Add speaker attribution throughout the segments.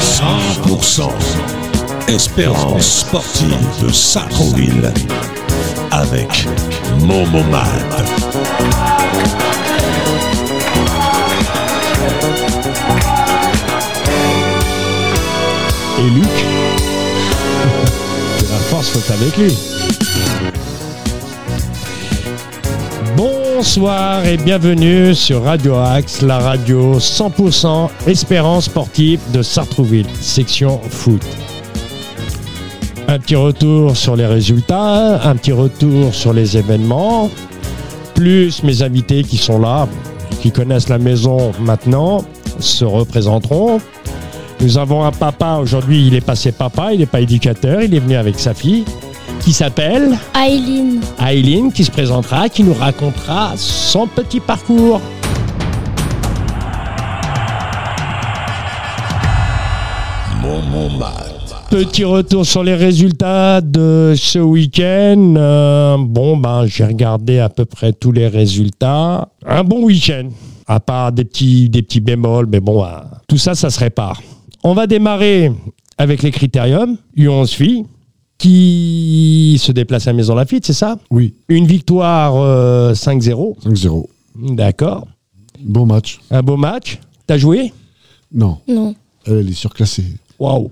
Speaker 1: 100% Espérance sportive de Sacroville avec Momomad.
Speaker 2: Et Luc, de la force faut être avec lui. Bonsoir et bienvenue sur Radio Axe, la radio 100% espérance sportive de Sartrouville, section foot. Un petit retour sur les résultats, un petit retour sur les événements, plus mes invités qui sont là, qui connaissent la maison maintenant, se représenteront. Nous avons un papa aujourd'hui, il est passé papa, il n'est pas éducateur, il est venu avec sa fille qui s'appelle
Speaker 3: Aileen.
Speaker 2: Aileen qui se présentera, qui nous racontera son petit parcours.
Speaker 1: Momomad.
Speaker 2: Petit retour sur les résultats de ce week-end. Euh, bon, ben, j'ai regardé à peu près tous les résultats. Un bon week-end, à part des petits, des petits bémols, mais bon, ben, tout ça, ça se répare. On va démarrer avec les critériums, U11 filles, qui se déplace à Maison Lafitte, c'est ça
Speaker 4: Oui,
Speaker 2: Une victoire euh, 5-0,
Speaker 4: 5-0.
Speaker 2: d'accord.
Speaker 4: Bon match.
Speaker 2: Un beau match. T'as joué
Speaker 4: Non,
Speaker 3: Non.
Speaker 4: elle, elle est surclassée.
Speaker 2: Waouh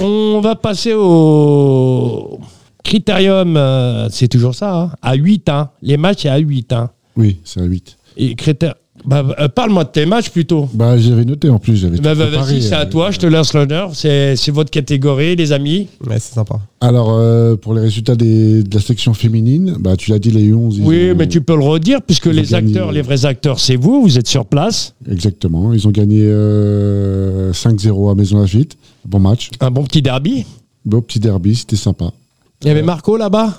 Speaker 2: On va passer au critérium, euh, c'est toujours ça, hein, à 8. Hein. Les matchs, c'est à 8. Hein.
Speaker 4: Oui, c'est un 8.
Speaker 2: Et critère... bah, bah, euh, Parle-moi de tes matchs plutôt.
Speaker 4: Bah, j'avais noté en plus, j'avais
Speaker 2: Bah,
Speaker 4: tout
Speaker 2: bah,
Speaker 4: préparé,
Speaker 2: Vas-y, c'est
Speaker 4: euh,
Speaker 2: à toi, je te laisse l'honneur. C'est c'est votre catégorie, les amis.
Speaker 5: Ouais, c'est sympa.
Speaker 4: Alors, euh, pour les résultats des- de la section féminine, bah, tu l'as dit, les 11. ils
Speaker 2: Oui,
Speaker 4: ont-
Speaker 2: mais tu peux le redire, puisque
Speaker 4: ils ont
Speaker 2: les
Speaker 4: gagné,
Speaker 2: acteurs,
Speaker 4: euh,
Speaker 2: les vrais acteurs, c'est vous, vous êtes sur place.
Speaker 4: Exactement, ils ont gagné euh, 5-0 à Maison Lafitte. Bon match.
Speaker 2: Un bon petit derby.
Speaker 4: Beau petit derby, c'était sympa.
Speaker 2: Il y avait Marco là-bas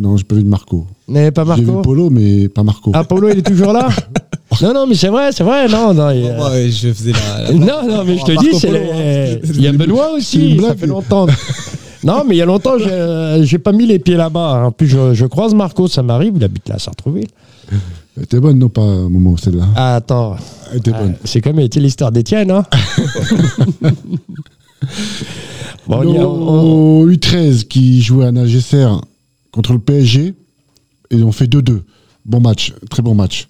Speaker 4: Non, j'ai pas vu de Marco.
Speaker 2: Il n'y avait pas
Speaker 4: J'ai vu
Speaker 2: Marco Ah.
Speaker 4: Polo, mais pas Marco.
Speaker 2: Apollo, il est toujours là Non, non, mais c'est vrai, c'est vrai, non, non. il y a-
Speaker 5: Bon, ouais, je faisais la. la-
Speaker 2: Non, non, mais je te
Speaker 5: Marco
Speaker 2: dis, c'est
Speaker 5: Polo,
Speaker 2: les-
Speaker 5: hein.
Speaker 2: il y a Benoît
Speaker 4: c'est
Speaker 2: aussi,
Speaker 4: une
Speaker 2: ça
Speaker 4: blague.
Speaker 2: fait longtemps. Non, mais il y a longtemps, j'ai euh, j'ai pas mis les pieds là-bas. hein. En plus, je, je croise Marco, ça m'arrive, il habite là à Sartrouville.
Speaker 4: Elle était bonne, non pas, Momo, celle-là.
Speaker 2: Ah, attends,
Speaker 4: Elle était
Speaker 2: Ah,
Speaker 4: bonne.
Speaker 2: c'est comme était l'histoire d'Étienne, hein Bon, on Oh, y a- on-
Speaker 4: Nos U13 qui jouait à Nagesser contre le PSG, ils ont fait 2-2. Bon match, très bon match.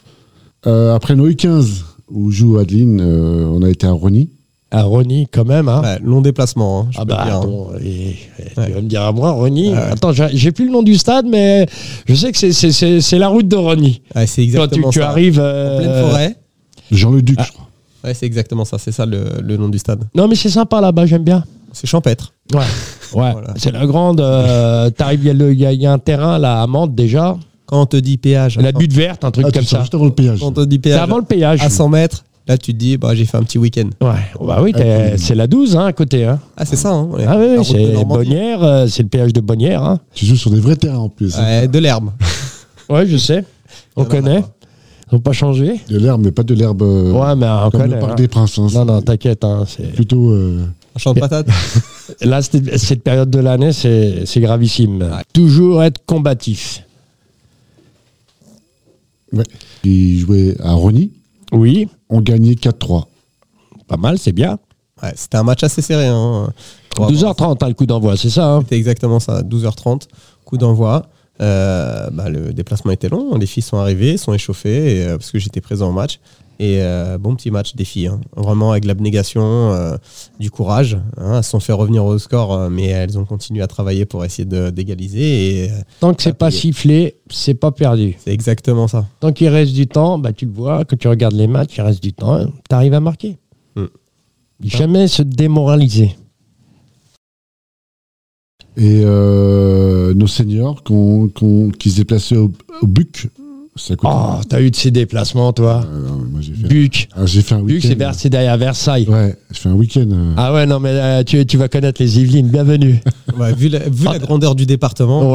Speaker 4: Euh, après nos U15 où joue Adeline, euh, on a été à Rony.
Speaker 2: ah, Ronny, quand même, hein
Speaker 5: Ouais, long déplacement. hein, je
Speaker 2: Ah
Speaker 5: peux
Speaker 2: bah
Speaker 5: le dire, hein.
Speaker 2: attends, et- et
Speaker 5: Ouais.
Speaker 2: tu vas me dire à moi, Ronny.
Speaker 5: Ah ouais.
Speaker 2: Attends, j'ai j'ai plus le nom du stade, mais je sais que c'est- c'est- c'est c'est la route de Ronny.
Speaker 5: Ouais, c'est
Speaker 2: Quand tu,
Speaker 5: exactement
Speaker 2: tu
Speaker 5: ça.
Speaker 2: arrives.
Speaker 5: En
Speaker 2: euh,
Speaker 5: pleine forêt.
Speaker 4: Jean-Luc Duc,
Speaker 5: Ah.
Speaker 4: je crois.
Speaker 5: Ouais, c'est exactement ça. C'est ça le, le nom du stade.
Speaker 2: Non, mais c'est sympa là-bas, j'aime bien.
Speaker 5: C'est champêtre.
Speaker 2: Ouais, ouais.
Speaker 5: Voilà.
Speaker 2: C'est la grande. euh, T'arrives, il y a le- il y, a- il y a un terrain là à Mantes déjà.
Speaker 5: Quand on te dit péage.
Speaker 2: La
Speaker 5: quand-
Speaker 2: butte verte, un truc
Speaker 4: Ah, tu
Speaker 2: comme
Speaker 4: sors
Speaker 2: ça.
Speaker 4: juste avant le péage.
Speaker 5: Quand on te dit
Speaker 2: C'est
Speaker 5: péage.
Speaker 2: avant le péage.
Speaker 5: À 100 mètres, là tu te dis, bah, j'ai fait un petit week-end.
Speaker 2: Ouais, bah oui, t'es-
Speaker 4: Ah,
Speaker 2: c'est la 12 hein, à côté. Hein.
Speaker 5: Ah, c'est ça. Hein, ouais.
Speaker 2: Ah oui,
Speaker 5: La
Speaker 2: oui,
Speaker 5: route de
Speaker 2: c'est
Speaker 5: Normandie.
Speaker 2: Bonnières, euh, c'est le péage de Bonnières. Hein.
Speaker 4: Tu joues sur des vrais terrains en plus. hein.
Speaker 5: Ouais, de l'herbe.
Speaker 2: Ouais, je sais. On
Speaker 5: Il y en a
Speaker 2: connaît. Ils n'ont pas changé.
Speaker 4: De l'herbe, mais pas de l'herbe euh,
Speaker 2: Ouais, mais on
Speaker 4: comme
Speaker 2: connaît.
Speaker 4: le Parc
Speaker 2: hein.
Speaker 4: des Princes. hein.
Speaker 2: Non, non, t'inquiète. Hein, c'est-
Speaker 4: Plutôt. euh,
Speaker 5: Un champ de patates.
Speaker 2: Là, cette cette période de l'année, c'est c'est gravissime. Toujours être combatif.
Speaker 4: ouais. Ils jouaient à Rony.
Speaker 2: Oui,
Speaker 4: On gagnait 4-3.
Speaker 2: pas mal, c'est bien.
Speaker 5: Ouais, C'était un match assez serré. Hein. Pour avoir-
Speaker 2: 12h30, hein, le coup d'envoi, c'est ça. hein
Speaker 5: C'était exactement ça, 12h30, coup d'envoi. Euh, bah, le déplacement était long, les filles sont arrivées, sont échauffées, et, euh, parce que j'étais présent au match. Et euh, bon petit match des filles, hein. vraiment avec l'abnégation, euh, du courage. hein. Elles se sont fait revenir au score, euh, mais elles ont continué à travailler pour essayer de- d'égaliser. Et euh,
Speaker 2: Tant que c'est pas sifflé, c'est pas perdu.
Speaker 5: c'est exactement ça.
Speaker 2: Tant qu'il reste du temps, bah, tu le vois, quand tu regardes les matchs, il reste du temps, hein, t'arrives à marquer.
Speaker 5: Hmm.
Speaker 2: Jamais se démoraliser.
Speaker 4: Et euh, nos seniors qu'on- qu'on- qui se déplaçaient au, au Buc. C'est à côté.
Speaker 2: Oh, t'as eu de ces déplacements, toi.
Speaker 4: Ah, non, mais moi, j'ai fait
Speaker 2: Buc.
Speaker 4: Ah, j'ai fait un
Speaker 2: Buc,
Speaker 4: week-end.
Speaker 2: Hmm. c'est vers- c'est derrière Versailles.
Speaker 4: Ouais, je fais un week-end. euh.
Speaker 2: Ah ouais, non, mais euh, tu, tu vas connaître les Yvelines, bienvenue.
Speaker 5: Ouais, vu la, vu la grandeur du département,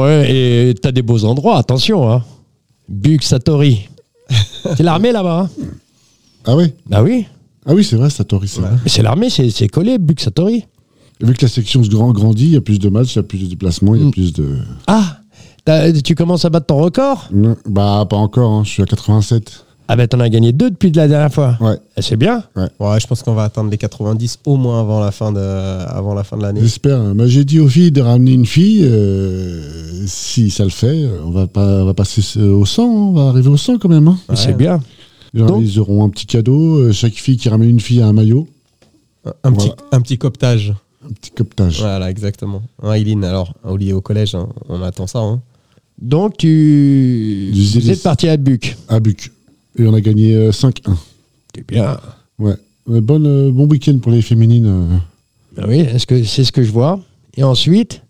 Speaker 2: Ouais, et t'as des beaux endroits, attention. Hein. Buc, Satori. C'est l'armée là-bas. hein.
Speaker 4: Ah oui
Speaker 2: Ah oui
Speaker 4: Ah oui, c'est vrai, Satori, c'est vrai.
Speaker 2: Mais c'est l'armée, c'est c'est collé, Buxatori.
Speaker 4: Et vu que la section se grand- grandit, il y a plus de matchs, il y a plus de déplacements,
Speaker 2: Mm.
Speaker 4: il y a plus de.
Speaker 2: Ah t'as- Tu commences à battre ton record
Speaker 4: Non, bah, pas encore, hein, je suis à 87.
Speaker 2: Ah ben t'en as gagné deux depuis de la dernière fois.
Speaker 4: Ouais.
Speaker 2: Eh, C'est bien.
Speaker 5: Ouais, je pense qu'on va atteindre les 90 au moins avant la fin de, avant la fin de l'année.
Speaker 4: J'espère. hein. Moi, j'ai dit aux filles de ramener une fille. euh, si ça le fait, euh, on va, pas, on va passer ce- au 100. hein, On va arriver au 100 quand même. hein.
Speaker 2: Mais C'est bien.
Speaker 4: Genre,
Speaker 2: Donc-
Speaker 4: ils auront un petit cadeau. euh, chaque fille qui ramène une fille a un maillot.
Speaker 5: Un, un petit, un petit coptage.
Speaker 4: Un petit coptage.
Speaker 5: Voilà, exactement. Hein, Eileen, alors, au lit au collège, hein, on attend ça. hein.
Speaker 2: Donc tu
Speaker 4: Du
Speaker 2: vous
Speaker 4: Zélis.
Speaker 2: êtes parti à Buc.
Speaker 4: À Buc. Et on a gagné euh, 5-1.
Speaker 2: C'est bien.
Speaker 4: Ouais. Euh, bonne, euh, bon week-end pour les féminines. euh.
Speaker 2: Ah oui, est-ce que c'est ce que je vois. Et ensuite,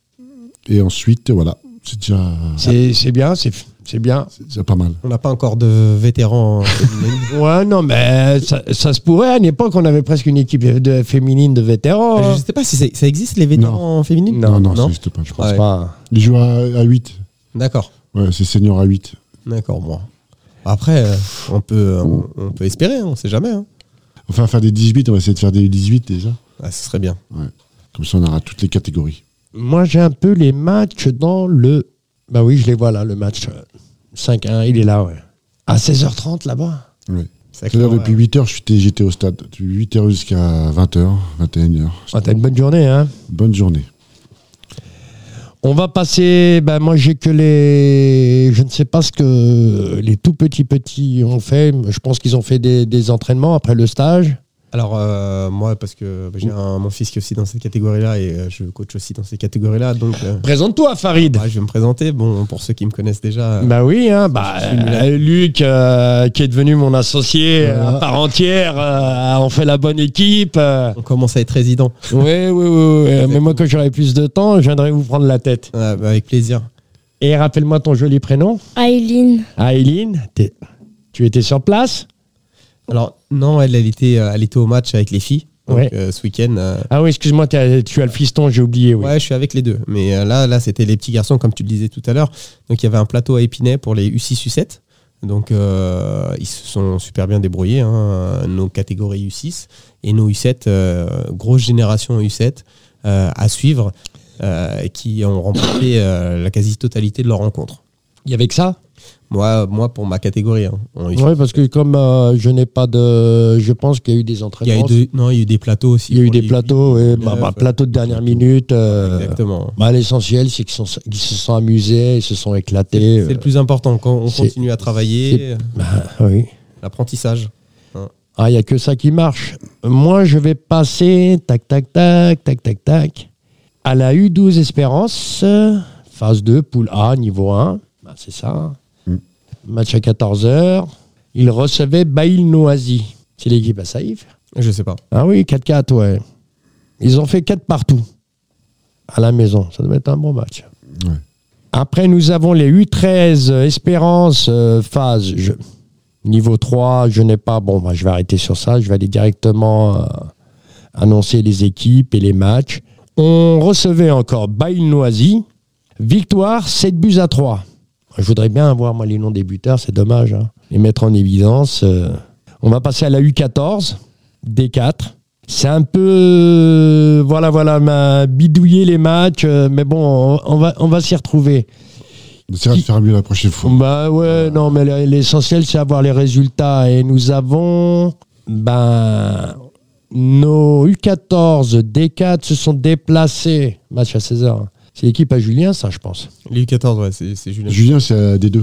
Speaker 4: Et ensuite, voilà. C'est déjà,
Speaker 2: c'est c'est bien, c'est c'est bien.
Speaker 4: c'est déjà pas mal.
Speaker 5: On n'a pas encore de vétérans. féminines.
Speaker 2: Ouais, non, mais ça, ça se pourrait. À une époque, on avait presque une équipe de féminine de vétérans.
Speaker 5: Euh, je
Speaker 2: hein.
Speaker 5: ne sais pas si c'est- ça existe, les vétérans féminines
Speaker 4: Non, non, ça n'existe pas. Je crois.
Speaker 5: Ouais.
Speaker 2: Enfin,
Speaker 4: Ils jouent à, à 8.
Speaker 5: D'accord,
Speaker 4: Ouais, c'est senior à 8.
Speaker 5: d'accord, moi. Après, euh, on peut, on, on peut espérer, hein, on ne sait jamais. hein.
Speaker 4: Enfin, faire des 18, on va essayer de faire des 18 déjà.
Speaker 5: Ah, ce serait bien.
Speaker 4: Comme ça, on aura toutes les catégories.
Speaker 2: Moi, j'ai un peu les matchs dans le. Bah oui, je les vois là, le match euh, 5-1, il est là, ouais. À 16h30 là-bas.
Speaker 4: Ouais.
Speaker 5: C'est
Speaker 4: Tout à l'heure, depuis 8h, j'étais- j'étais au stade. Depuis 8h jusqu'à 20h, 21h.
Speaker 2: Ah, T'as une bonne journée, hein.
Speaker 4: Bonne journée.
Speaker 2: On va passer. Ben moi, j'ai que les. Je ne sais pas ce que les tout petits petits ont fait. Je pense qu'ils ont fait des, des entraînements après le stage.
Speaker 5: Alors, euh, moi, parce que bah, j'ai un- mon fils qui est aussi dans cette catégorie-là et euh, je coach aussi dans ces catégories-là, donc euh,
Speaker 2: Présente-toi, Farid.
Speaker 5: bah, je vais me présenter. Bon, pour ceux qui me connaissent déjà, euh,
Speaker 2: Bah oui, hein, bah, euh, Luc, euh, qui est devenu mon associé euh,
Speaker 4: Voilà.
Speaker 2: à part entière, euh, on fait la bonne équipe. euh.
Speaker 5: on commence à être résident.
Speaker 2: Oui, oui, oui. oui, euh, Mais moi, quand j'aurai plus de temps, je viendrai vous prendre la tête.
Speaker 5: Ah, bah, avec plaisir.
Speaker 2: Et rappelle-moi ton joli prénom.
Speaker 3: Aileen,
Speaker 2: Aileen, Ah, t'es- tu étais sur place
Speaker 5: Alors, non, elle, elle était, euh, elle était au match avec les filles donc,
Speaker 2: Ouais.
Speaker 5: euh, ce week-end. euh,
Speaker 2: Ah oui, excuse-moi, t'as- tu as le fiston, j'ai oublié. Oui.
Speaker 5: Ouais, je suis avec les deux. Mais euh, là, là c'était les petits garçons, comme tu le disais tout à l'heure. Donc, il y avait un plateau à Épinay pour les U6, U7. Donc, euh, ils se sont super bien débrouillés, hein, nos catégories U6 et nos U7, euh, grosse génération U7 euh, à suivre, euh, qui ont remporté euh, la quasi-totalité de leurs rencontres.
Speaker 2: Il y avait que ça
Speaker 5: Moi, moi pour ma catégorie. hein, en U7.
Speaker 2: Oui, parce que comme euh, je n'ai pas de. Je pense qu'il y a eu des
Speaker 5: il, y a
Speaker 2: entraînements.
Speaker 5: eu deux- non, il y a eu des plateaux aussi.
Speaker 2: il y a eu
Speaker 5: pour
Speaker 2: des
Speaker 5: les
Speaker 2: plateaux,
Speaker 5: U8,
Speaker 2: ouais, bah, bah,
Speaker 5: U9,
Speaker 2: plateaux de dernière minute. euh,
Speaker 5: Exactement.
Speaker 2: bah, L'essentiel, c'est qu'ils sont- qu'ils se sont amusés, ils se sont éclatés.
Speaker 5: C'est
Speaker 2: euh,
Speaker 5: le plus important. Quand on
Speaker 2: c'est-
Speaker 5: continue à travailler,
Speaker 2: bah, oui.
Speaker 5: l'apprentissage.
Speaker 2: Ah, il n'y a que ça qui marche. Moi, je vais passer, tac, tac, tac, tac, tac, tac, à la U12 Espérance, euh, phase 2, poule A, niveau 1. Bah, c'est ça. hein.
Speaker 4: Mm.
Speaker 2: Match à 14h. Il recevait Baïl Noazi. C'est l'équipe à Saïf.
Speaker 5: Je sais pas.
Speaker 2: Ah oui, 4-4, ouais. Ils ont fait 4 partout. À la maison. Ça doit être un bon match.
Speaker 4: Ouais.
Speaker 2: Après, nous avons les U13 euh, Espérance euh, phase. je- Niveau 3, je n'ai pas. Bon, bah, je vais arrêter sur ça. Je vais aller directement euh, annoncer les équipes et les matchs. On recevait encore Bail Noisy. Victoire 7 buts à 3. Je voudrais bien avoir moi, les noms des buteurs, c'est dommage. hein. Les mettre en évidence. euh. On va passer à la U14. D4. C'est un peu, euh, voilà, voilà, m'a bidouillé les matchs, euh, mais bon, on, on va, on va s'y retrouver.
Speaker 4: On essaiera de
Speaker 2: Qui-
Speaker 4: faire mieux la prochaine fois.
Speaker 2: Bah ouais, non, mais l- l'essentiel, c'est avoir les résultats. Et nous avons, ben, nos U14, D4 se sont déplacés. Match à 16h. C'est l'équipe à Julien, ça, je pense.
Speaker 5: Les U14, ouais, c'est c'est Julien.
Speaker 4: Julien, c'est à D2.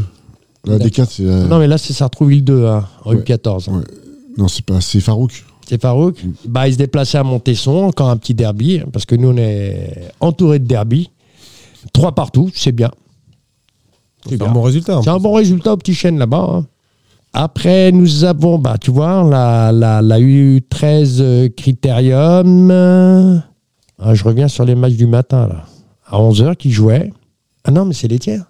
Speaker 4: La
Speaker 2: D'accord.
Speaker 4: D4, c'est. à-
Speaker 2: Non, mais là, c'est Sartrouville 2, hein, en
Speaker 4: Euh. Ouais.
Speaker 2: U14.
Speaker 4: Ouais. Non, c'est pas. C'est Farouk.
Speaker 2: C'est Farouk. Bah, il se déplaçait à Montesson, encore un petit derby, parce que nous, on est entouré de derby. Trois partout, c'est bien.
Speaker 5: C'est
Speaker 2: bien.
Speaker 5: un bon résultat. hein.
Speaker 2: C'est un bon résultat au petit chêne là-bas. hein. Après, nous avons, bah, tu vois, la, la, la U13 euh, Critérium. Euh, ah, je reviens sur les matchs du matin, là. À 11h, qui jouaient. Ah non, mais c'est les tiens.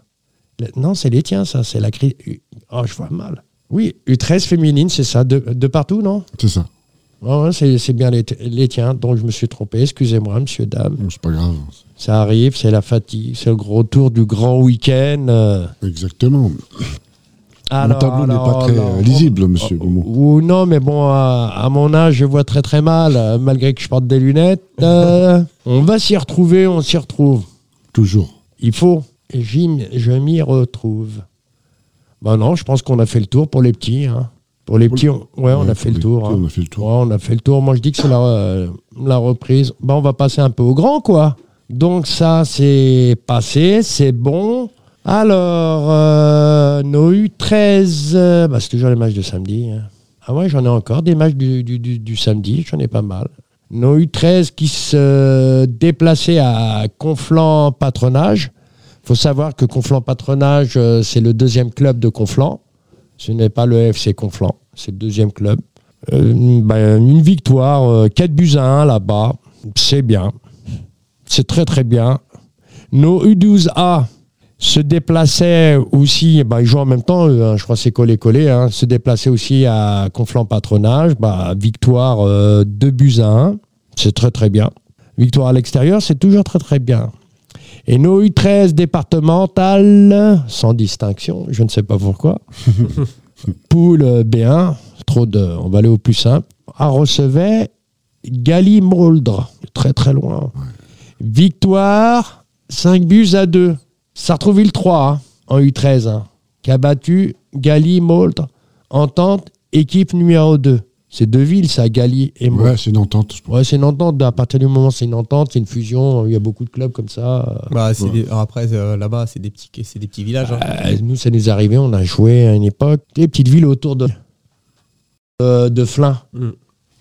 Speaker 2: Le- non, c'est les tiens, ça. C'est la cri. U- Oh, je vois mal. Oui, U13 féminine, c'est ça. De, de partout, non
Speaker 4: C'est ça.
Speaker 2: Ouais, ouais, c'est c'est bien les, t- les tiens. Donc, je me suis trompé. Excusez-moi, monsieur, dame.
Speaker 4: Bon, c'est pas grave.
Speaker 2: Ça arrive, c'est la fatigue. C'est le gros tour du grand week-end. euh.
Speaker 4: Exactement. Mon tableau n'est pas très euh, lisible, monsieur
Speaker 2: Oh,
Speaker 4: Beaumont.
Speaker 2: Ou non, mais bon, à, à mon âge, je vois très très mal, euh, malgré que je porte des lunettes. Euh, on va s'y retrouver, on s'y retrouve.
Speaker 4: Toujours.
Speaker 2: Il faut. Et j'y m- je m'y retrouve. Ben non, je pense qu'on a fait le tour pour les petits. hein. Pour les
Speaker 4: Pour
Speaker 2: petits, on- ouais, on
Speaker 4: Ouais,
Speaker 2: a fait le
Speaker 4: oui,
Speaker 2: tour. hein.
Speaker 4: On a fait le tour.
Speaker 2: Ouais, on a fait le tour. Moi, je dis que c'est la, euh, la reprise. Ben, on va passer un peu au grand, quoi. Donc, ça, c'est passé, c'est bon. Alors, euh, nos U13, euh, bah, c'est toujours les matchs de samedi. hein. Ah ouais, j'en ai encore des matchs du, du- du- du samedi, j'en ai pas mal. Nos U13 qui se déplaçaient à Conflans Patronage. faut savoir que Conflans Patronage, euh, c'est le deuxième club de Conflans. Ce n'est pas le FC Conflans, c'est le deuxième club. Euh, ben, une victoire, euh, 4 buts à 1 là-bas, c'est bien. C'est très très bien. Nos U12A se déplaçaient aussi, ben, ils jouent en même temps, eux, hein, je crois que c'est collé-collé, hein, se déplaçaient aussi à Conflans Patronage, bah, victoire 2 buts à 1, c'est très très bien. Victoire à l'extérieur, c'est toujours très très bien. Et nos U13 départementales, sans distinction, je ne sais pas pourquoi, poule euh, B1, trop de, on va aller au plus simple, à recevait Moldre, très très loin. Victoire, 5 buts à 2. Sartrouville 3 hein, en U13, hein, qui a battu Moldre, entente, équipe numéro 2. C'est deux villes, ça, Galie et Moldre.
Speaker 4: Ouais, c'est une entente. je pense.
Speaker 2: Ouais, c'est une entente. À partir du moment où c'est une entente, c'est une fusion. Il y a beaucoup de clubs comme ça.
Speaker 5: Bah, c'est des- alors après, euh, là-bas, c'est des petits, c'est des petits villages. hein.
Speaker 2: Euh, nous, ça nous est arrivé. On a joué à une époque des petites villes autour de euh, de Flins,
Speaker 5: Mm.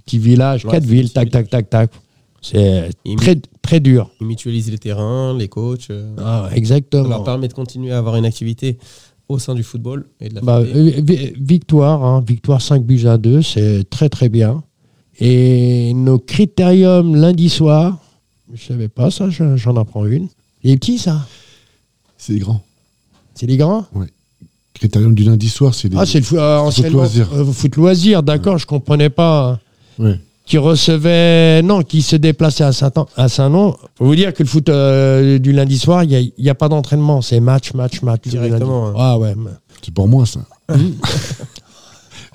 Speaker 2: petit village,
Speaker 5: Ouais,
Speaker 2: quatre
Speaker 5: c'est
Speaker 2: villes,
Speaker 5: petit
Speaker 2: tac, tac, tac, tac. C'est
Speaker 5: Ils-
Speaker 2: très très dur.
Speaker 5: Ils mutualisent les terrains, les coachs. euh,
Speaker 2: Ah,
Speaker 5: Ça leur
Speaker 2: exactement.
Speaker 5: permet de continuer à avoir une activité au sein du football et de la
Speaker 2: Bah,
Speaker 5: fêter.
Speaker 2: euh, vi- victoire, hein, victoire 5 buts à 2, c'est très très bien. Et nos critériums lundi soir, je savais pas ça, je- j'en apprends une. Les petits, ça
Speaker 4: C'est grand.
Speaker 2: C'est les grands
Speaker 4: Critérium du lundi soir, c'est les.
Speaker 2: Ah, c'est le fo- euh,
Speaker 4: Mmh. foot
Speaker 2: anciennement,
Speaker 4: loisir.
Speaker 2: euh, foot loisir, d'accord, je comprenais pas. hein.
Speaker 4: Ouais.
Speaker 2: Qui recevait, non, qui se déplaçait à Saint- à Saint-Nom. Faut vous dire que le foot euh, du lundi soir, il n'y a, pas d'entraînement, c'est match, match, match. tous les lundis.
Speaker 5: Directement, hein.
Speaker 2: Ah ouais. mais-
Speaker 4: C'est pour moi, ça.
Speaker 2: Alors,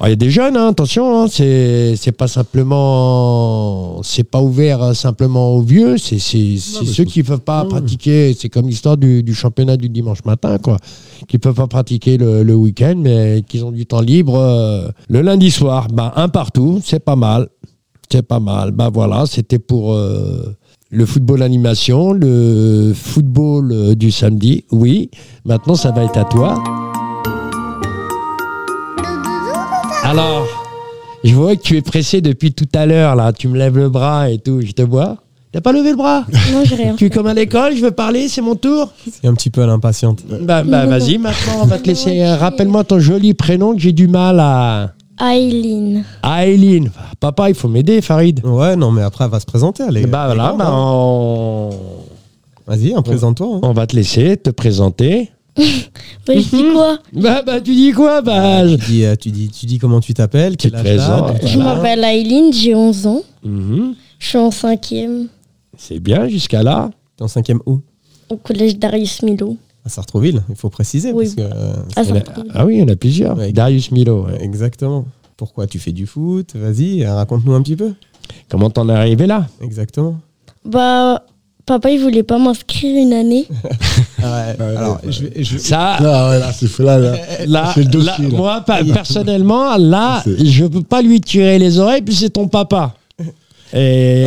Speaker 2: Il y a des jeunes, hein, attention, hein, c'est c'est pas simplement, c'est pas ouvert euh, simplement aux vieux, c'est c'est- c'est
Speaker 4: mais
Speaker 2: ceux
Speaker 4: je-
Speaker 2: qui peuvent pas
Speaker 4: Ouais.
Speaker 2: pratiquer. C'est comme l'histoire du, du championnat du dimanche matin, quoi, qui peuvent pas pratiquer le, le week-end, mais qu'ils ont du temps libre euh, le lundi soir. Ben un partout, c'est pas mal, c'est pas mal. Ben voilà, c'était pour. euh, le football animation, le football euh, du samedi, oui. Maintenant, ça va être à toi. Alors, je vois que tu es pressé depuis tout à l'heure, là. Tu me lèves le bras et tout, je te vois. T'as pas levé le bras
Speaker 3: Non, j'ai rien.
Speaker 2: Tu es comme à l'école, je veux parler, c'est mon tour
Speaker 5: C'est un petit peu à l'impatiente.
Speaker 2: Bah, bah, vas-y, maintenant, on va te laisser. euh,
Speaker 3: Ok.
Speaker 2: Rappelle-moi ton joli prénom que j'ai du mal à...
Speaker 3: Aileen.
Speaker 2: À Eileen. Papa, il faut m'aider, Farid.
Speaker 5: Ouais, non, mais après, elle va se présenter. Elle est-
Speaker 2: bah
Speaker 5: elle est
Speaker 2: voilà,
Speaker 5: grande,
Speaker 2: bah,
Speaker 5: hein.
Speaker 2: on...
Speaker 5: Vas-y, hein, présente-toi. hein.
Speaker 2: on va te laisser te présenter.
Speaker 3: Ouais, je dis quoi
Speaker 2: Bah, bah, tu dis quoi Bah, je-
Speaker 5: Tu, dis, euh, tu, dis, tu dis comment tu t'appelles, quel
Speaker 2: te
Speaker 5: âge t'as,
Speaker 2: présentes.
Speaker 5: donc-
Speaker 3: Je
Speaker 2: Voilà.
Speaker 3: m'appelle Aileen, j'ai 11 ans.
Speaker 2: Mhm.
Speaker 3: Je suis en cinquième
Speaker 2: C'est bien jusqu'à là.
Speaker 5: T'es en cinquième où
Speaker 3: au collège Darius Milo.
Speaker 5: À Sartrouville, il faut préciser.
Speaker 3: Oui.
Speaker 5: Parce que, euh,
Speaker 3: À
Speaker 2: On a-
Speaker 3: Sartrouville.
Speaker 2: Ah oui, il y en a plusieurs.
Speaker 5: Ouais.
Speaker 2: Darius Milo. ouais.
Speaker 5: Bah, Exactement. Pourquoi tu fais du foot Vas-y, euh, raconte-nous un petit peu.
Speaker 2: Comment t'en es arrivé là
Speaker 5: Exactement.
Speaker 3: Bah, papa, il voulait pas m'inscrire une année.
Speaker 5: Ah
Speaker 4: Bah
Speaker 5: Alors, je vais- je-
Speaker 2: Ça,
Speaker 4: Là, ouais, là, Ah, c'est là, là.
Speaker 2: Euh, Là,
Speaker 4: C'est le dossier,
Speaker 2: là,
Speaker 4: là.
Speaker 2: moi, pa- personnellement, là,
Speaker 4: C'est-
Speaker 2: je peux pas lui tirer les oreilles, puis c'est ton papa. Et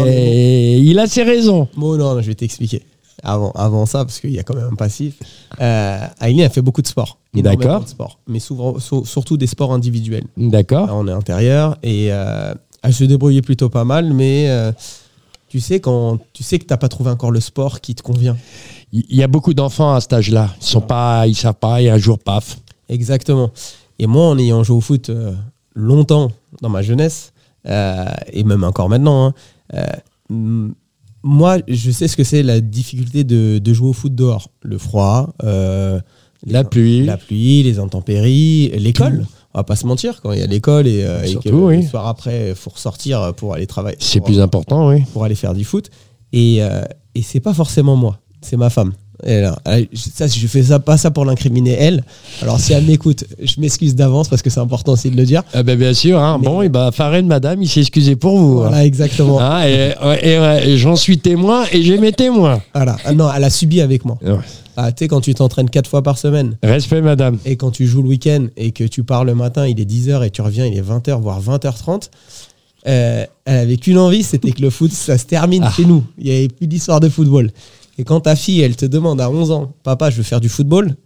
Speaker 5: Non,
Speaker 2: il a ses raisons.
Speaker 5: Bon, non, non, je vais t'expliquer. Avant, avant ça, parce qu'il y a quand même un passif. Euh, Aileen a fait beaucoup de sport. énormément
Speaker 2: D'accord.
Speaker 5: de sport, Mais souvent, so- surtout des sports individuels. Là,
Speaker 2: D'accord.
Speaker 5: on est intérieur et euh, elle se débrouillait plutôt pas mal, mais euh, tu sais quand tu sais que t'as pas trouvé encore le sport qui te convient.
Speaker 2: Il y a beaucoup d'enfants à cet âge-là. Ils sont pas, ils savent pas, et un jour, paf.
Speaker 5: Exactement. Et moi, en ayant joué au foot euh, longtemps dans ma jeunesse, euh, et même encore maintenant, hein, euh, m- moi, je sais ce que c'est la difficulté de, de jouer au foot dehors. Le froid, euh,
Speaker 2: La
Speaker 5: les-
Speaker 2: pluie.
Speaker 5: la pluie, les intempéries, l'école. On va pas se mentir, quand il y a l'école et, euh, et
Speaker 2: Surtout,
Speaker 5: que le-
Speaker 2: oui.
Speaker 5: le soir après, il faut ressortir pour aller travailler.
Speaker 2: C'est
Speaker 5: pour-
Speaker 2: plus important, oui.
Speaker 5: pour aller faire du foot. Et, euh, et c'est pas forcément moi, c'est ma femme. Et là, elle- ça, je fais ça, pas ça pour l'incriminer elle. Alors si elle m'écoute, je m'excuse d'avance parce que c'est important aussi de le dire.
Speaker 2: Ah ben, bien sûr, hein.
Speaker 5: Mais-
Speaker 2: bon, et ben, Farine, madame, il s'est excusé pour vous. hein.
Speaker 5: Voilà, exactement.
Speaker 2: Hein, et et- et- et j'en suis témoin et j'ai mes témoins.
Speaker 5: Voilà. Ah Non, elle a subi avec moi. Ah, tu sais, quand tu t'entraînes quatre fois par semaine
Speaker 2: Respect, madame.
Speaker 5: et quand tu joues le week-end et que tu pars le matin, il est 10h et tu reviens, il est 20h, voire 20h30. euh, elle avait qu'une envie, c'était que le foot, ça se termine
Speaker 2: Ah.
Speaker 5: chez nous. Il n'y avait plus d'histoire de football. Et quand ta fille, elle te demande à 11 ans, papa, je veux faire du football,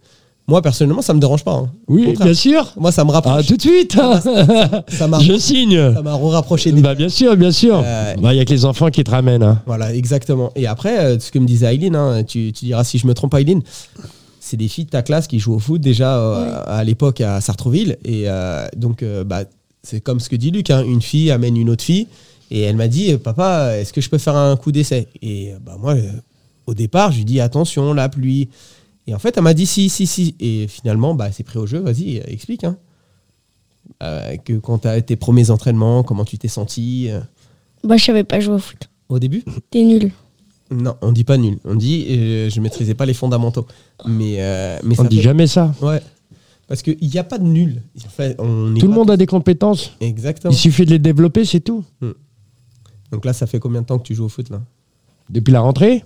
Speaker 5: moi, personnellement, ça me dérange pas. hein. Au
Speaker 2: Oui,
Speaker 5: contraire.
Speaker 2: bien sûr.
Speaker 5: Moi, ça me
Speaker 2: Ah,
Speaker 5: rapproche.
Speaker 2: tout de suite. hein.
Speaker 5: ça m'a
Speaker 2: Je signe.
Speaker 5: ça m'a rapproché des
Speaker 2: Bah, bien sûr, bien sûr.
Speaker 5: Euh,
Speaker 2: Bah, Il y a que les enfants qui te ramènent. hein.
Speaker 5: Voilà, exactement. Et après, euh, ce que me disait Aileen, hein, tu, tu diras si je me trompe, Aileen, c'est des filles de ta classe qui jouent au foot déjà euh, à l'époque à Sartrouville. Et euh, donc, euh, bah, c'est comme ce que dit Luc, hein, une fille amène une autre fille. Et elle m'a dit, eh, papa, est-ce que je peux faire un coup d'essai Et euh, bah, moi, euh, au départ, je lui dis, attention, la pluie. Et en fait, elle m'a dit, si, si, si. Et finalement, bah, c'est pris au jeu, vas-y, euh, explique. hein. Euh, que quand tu as tes premiers entraînements, comment tu t'es senti euh,
Speaker 3: Bah, je savais pas jouer au foot.
Speaker 5: au début
Speaker 3: T'es nul.
Speaker 5: Non, on dit pas nul. On dit euh, je maîtrisais pas les fondamentaux. Mais, euh, mais
Speaker 2: On
Speaker 5: ça
Speaker 2: dit
Speaker 5: fait-
Speaker 2: jamais ça.
Speaker 5: Ouais. Parce qu'il n'y a pas de nul. En fait, on n'est
Speaker 2: Tout le
Speaker 5: pas-
Speaker 2: monde a des compétences.
Speaker 5: Exactement.
Speaker 2: Il suffit de les développer, c'est tout.
Speaker 5: Donc là, ça fait combien de temps que tu joues au foot là
Speaker 2: Depuis la rentrée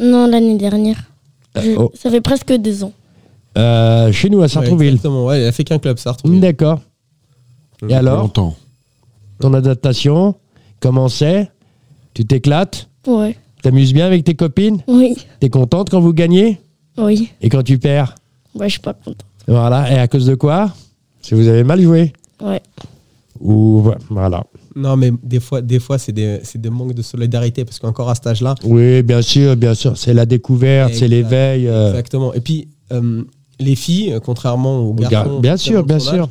Speaker 3: Non, l'année dernière. Je-
Speaker 2: oh.
Speaker 3: Ça fait presque deux ans.
Speaker 2: Euh, Chez nous, à
Speaker 5: Ouais,
Speaker 2: Sartrouville.
Speaker 5: Exactement, ouais, elle a fait qu'un club, Sartrouville.
Speaker 2: D'accord. Et eh, alors,
Speaker 4: Longtemps.
Speaker 2: ton adaptation, comment c'est Tu t'éclates
Speaker 3: Ouais.
Speaker 2: T'amuses bien avec tes copines
Speaker 3: Oui.
Speaker 2: T'es contente quand vous gagnez
Speaker 3: Oui.
Speaker 2: Et quand tu perds
Speaker 3: Bah, je suis pas content.
Speaker 2: Voilà. Et à cause de quoi Si vous avez mal joué
Speaker 3: Ouais.
Speaker 2: Ou voilà.
Speaker 5: Non, mais des fois, des fois c'est des, c'est des manques de solidarité parce qu'encore à cet âge-là.
Speaker 2: Oui, bien sûr, bien sûr. C'est la découverte, c'est
Speaker 5: Exact-
Speaker 2: l'éveil. euh,
Speaker 5: Exactement. Et puis, euh, les filles, euh, contrairement aux
Speaker 2: au gar-
Speaker 5: garçons.
Speaker 2: bien sûr,
Speaker 5: notamment
Speaker 2: bien
Speaker 5: de ton âge,
Speaker 2: sûr.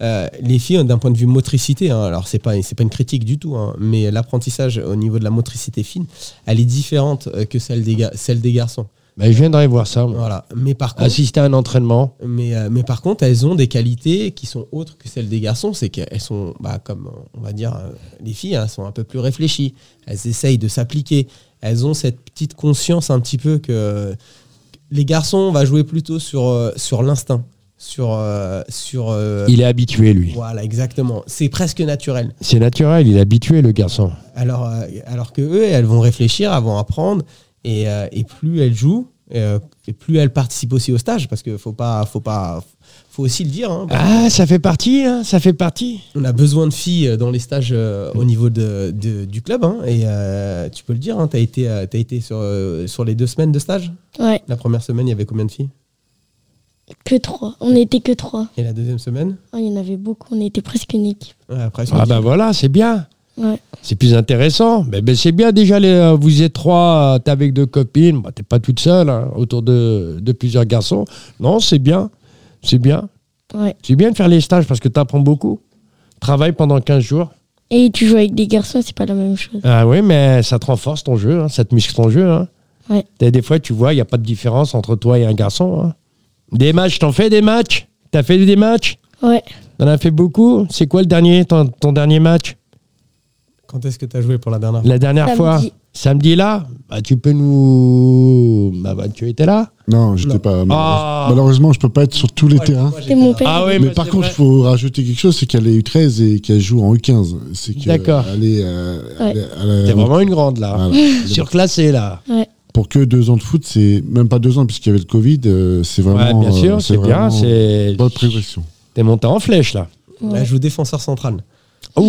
Speaker 5: Euh, les filles, d'un point de vue motricité, hein, alors c'est pas c'est pas une critique du tout, hein, mais l'apprentissage au niveau de la motricité fine, elle est différente euh, que celle des ga- celle des garçons.
Speaker 2: Mais Ben, je viendrai voir ça. moi.
Speaker 5: Voilà. Mais par contre,
Speaker 2: Assister à un entraînement.
Speaker 5: mais, euh, mais par contre, elles ont des qualités qui sont autres que celles des garçons, c'est qu'elles sont, bah, comme euh, on va dire, euh, les filles, hein, elles sont un peu plus réfléchies, elles essayent de s'appliquer, elles ont cette petite conscience un petit peu que euh, les garçons, on va jouer plutôt sur euh, sur l'instinct, sur euh, sur euh,
Speaker 2: Il est habitué, lui.
Speaker 5: voilà, exactement. C'est presque naturel.
Speaker 2: C'est naturel, il est habitué, le garçon.
Speaker 5: Alors, euh, alors que eux, elles vont réfléchir, elles vont apprendre, et, euh, et plus elles jouent, euh, et plus elles participent aussi au stage, parce que faut pas, faut pas, faut aussi le dire. hein, parce
Speaker 2: Ah, ça fait partie, hein, ça fait partie.
Speaker 5: qu'on a besoin de filles dans les stages euh, au niveau de, de- du club, hein, et euh, tu peux le dire. Hein, t'as été, euh, t'as été sur, euh, sur les deux semaines de stage.
Speaker 3: Ouais.
Speaker 5: La première semaine, il y avait combien de filles
Speaker 3: Que trois. On était que trois.
Speaker 5: Et la deuxième semaine
Speaker 3: Oh, Il y en avait beaucoup. On était presque une équipe.
Speaker 5: Ouais, Après, sur-
Speaker 2: Ah ben voilà, c'est bien.
Speaker 3: Ouais.
Speaker 2: C'est plus intéressant. Mais, ben, c'est bien déjà, les, euh, vous êtes trois, euh, t'es avec deux copines, bah, t'es pas toute seule, hein, autour de, de plusieurs garçons. Non, c'est bien. C'est bien.
Speaker 3: Ouais.
Speaker 2: C'est bien de faire les stages parce que t'apprends beaucoup. Travaille pendant 15 jours.
Speaker 3: Et tu joues avec des garçons, c'est pas la même chose.
Speaker 2: Ah oui, mais ça te renforce ton jeu, hein, ça te muscle ton jeu. Hein.
Speaker 3: Ouais.
Speaker 2: T'as- Des fois, tu vois, il n'y a pas de différence entre toi et un garçon. hein. Des matchs, t'en fais des matchs T'as fait des matchs
Speaker 3: Ouais.
Speaker 2: T'en as fait beaucoup C'est quoi le dernier, ton, ton dernier match
Speaker 5: Quand est-ce que tu as joué pour la dernière
Speaker 2: La dernière fois
Speaker 3: Samedi.
Speaker 2: Samedi là bah, Tu peux nous. Bah, bah, tu étais là
Speaker 4: Non, j'étais
Speaker 5: Non.
Speaker 4: pas.
Speaker 2: Ah.
Speaker 4: Malheureusement, je peux pas être sur tous les
Speaker 5: Moi,
Speaker 4: terrains.
Speaker 5: moi,
Speaker 3: C'est
Speaker 5: j'étais
Speaker 3: mon
Speaker 5: là.
Speaker 3: père.
Speaker 2: Ah oui,
Speaker 4: Mais par contre, il faut rajouter quelque chose, c'est qu'elle est U13 et qu'elle joue en U15. C'est que
Speaker 2: D'accord.
Speaker 4: Elle est, euh, elle est- elle est-
Speaker 2: T'es vraiment une grande là.
Speaker 4: Voilà.
Speaker 2: Surclassée là.
Speaker 3: Ouais.
Speaker 4: Pour que deux ans de foot, c'est même pas deux ans puisqu'il y avait le Covid, euh, c'est
Speaker 2: Ouais,
Speaker 4: vraiment.
Speaker 2: bien
Speaker 4: euh,
Speaker 2: sûr, c'est bien.
Speaker 4: vraiment
Speaker 2: c'est-
Speaker 4: Bonne progression.
Speaker 2: T'es monté en flèche là.
Speaker 5: Elle joue défenseur central.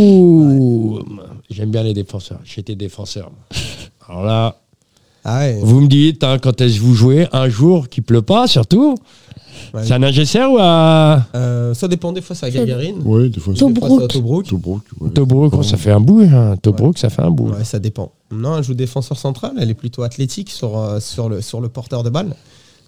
Speaker 2: Ouh J'aime bien les défenseurs. J'étais défenseur. Alors là,
Speaker 5: Ah ouais,
Speaker 2: vous me dites, hein, quand est-ce que vous jouez Un jour qui pleut pas, surtout
Speaker 5: Ouais.
Speaker 2: C'est un AGCR ou à
Speaker 5: Euh, ça dépend, des fois c'est à
Speaker 3: Ça-
Speaker 5: Gagarine.
Speaker 4: Oui, des fois. c'est-
Speaker 5: Des fois, c'est à
Speaker 3: Tobruk.
Speaker 5: Tobruk.
Speaker 4: Tobruk, ouais.
Speaker 2: Tobruk oh, Ça fait un bout. hein. Tobruk, ça fait un bout.
Speaker 5: Ouais, ça dépend. Non, elle joue défenseur central, elle est plutôt athlétique sur, euh, sur, le, sur le porteur de balle.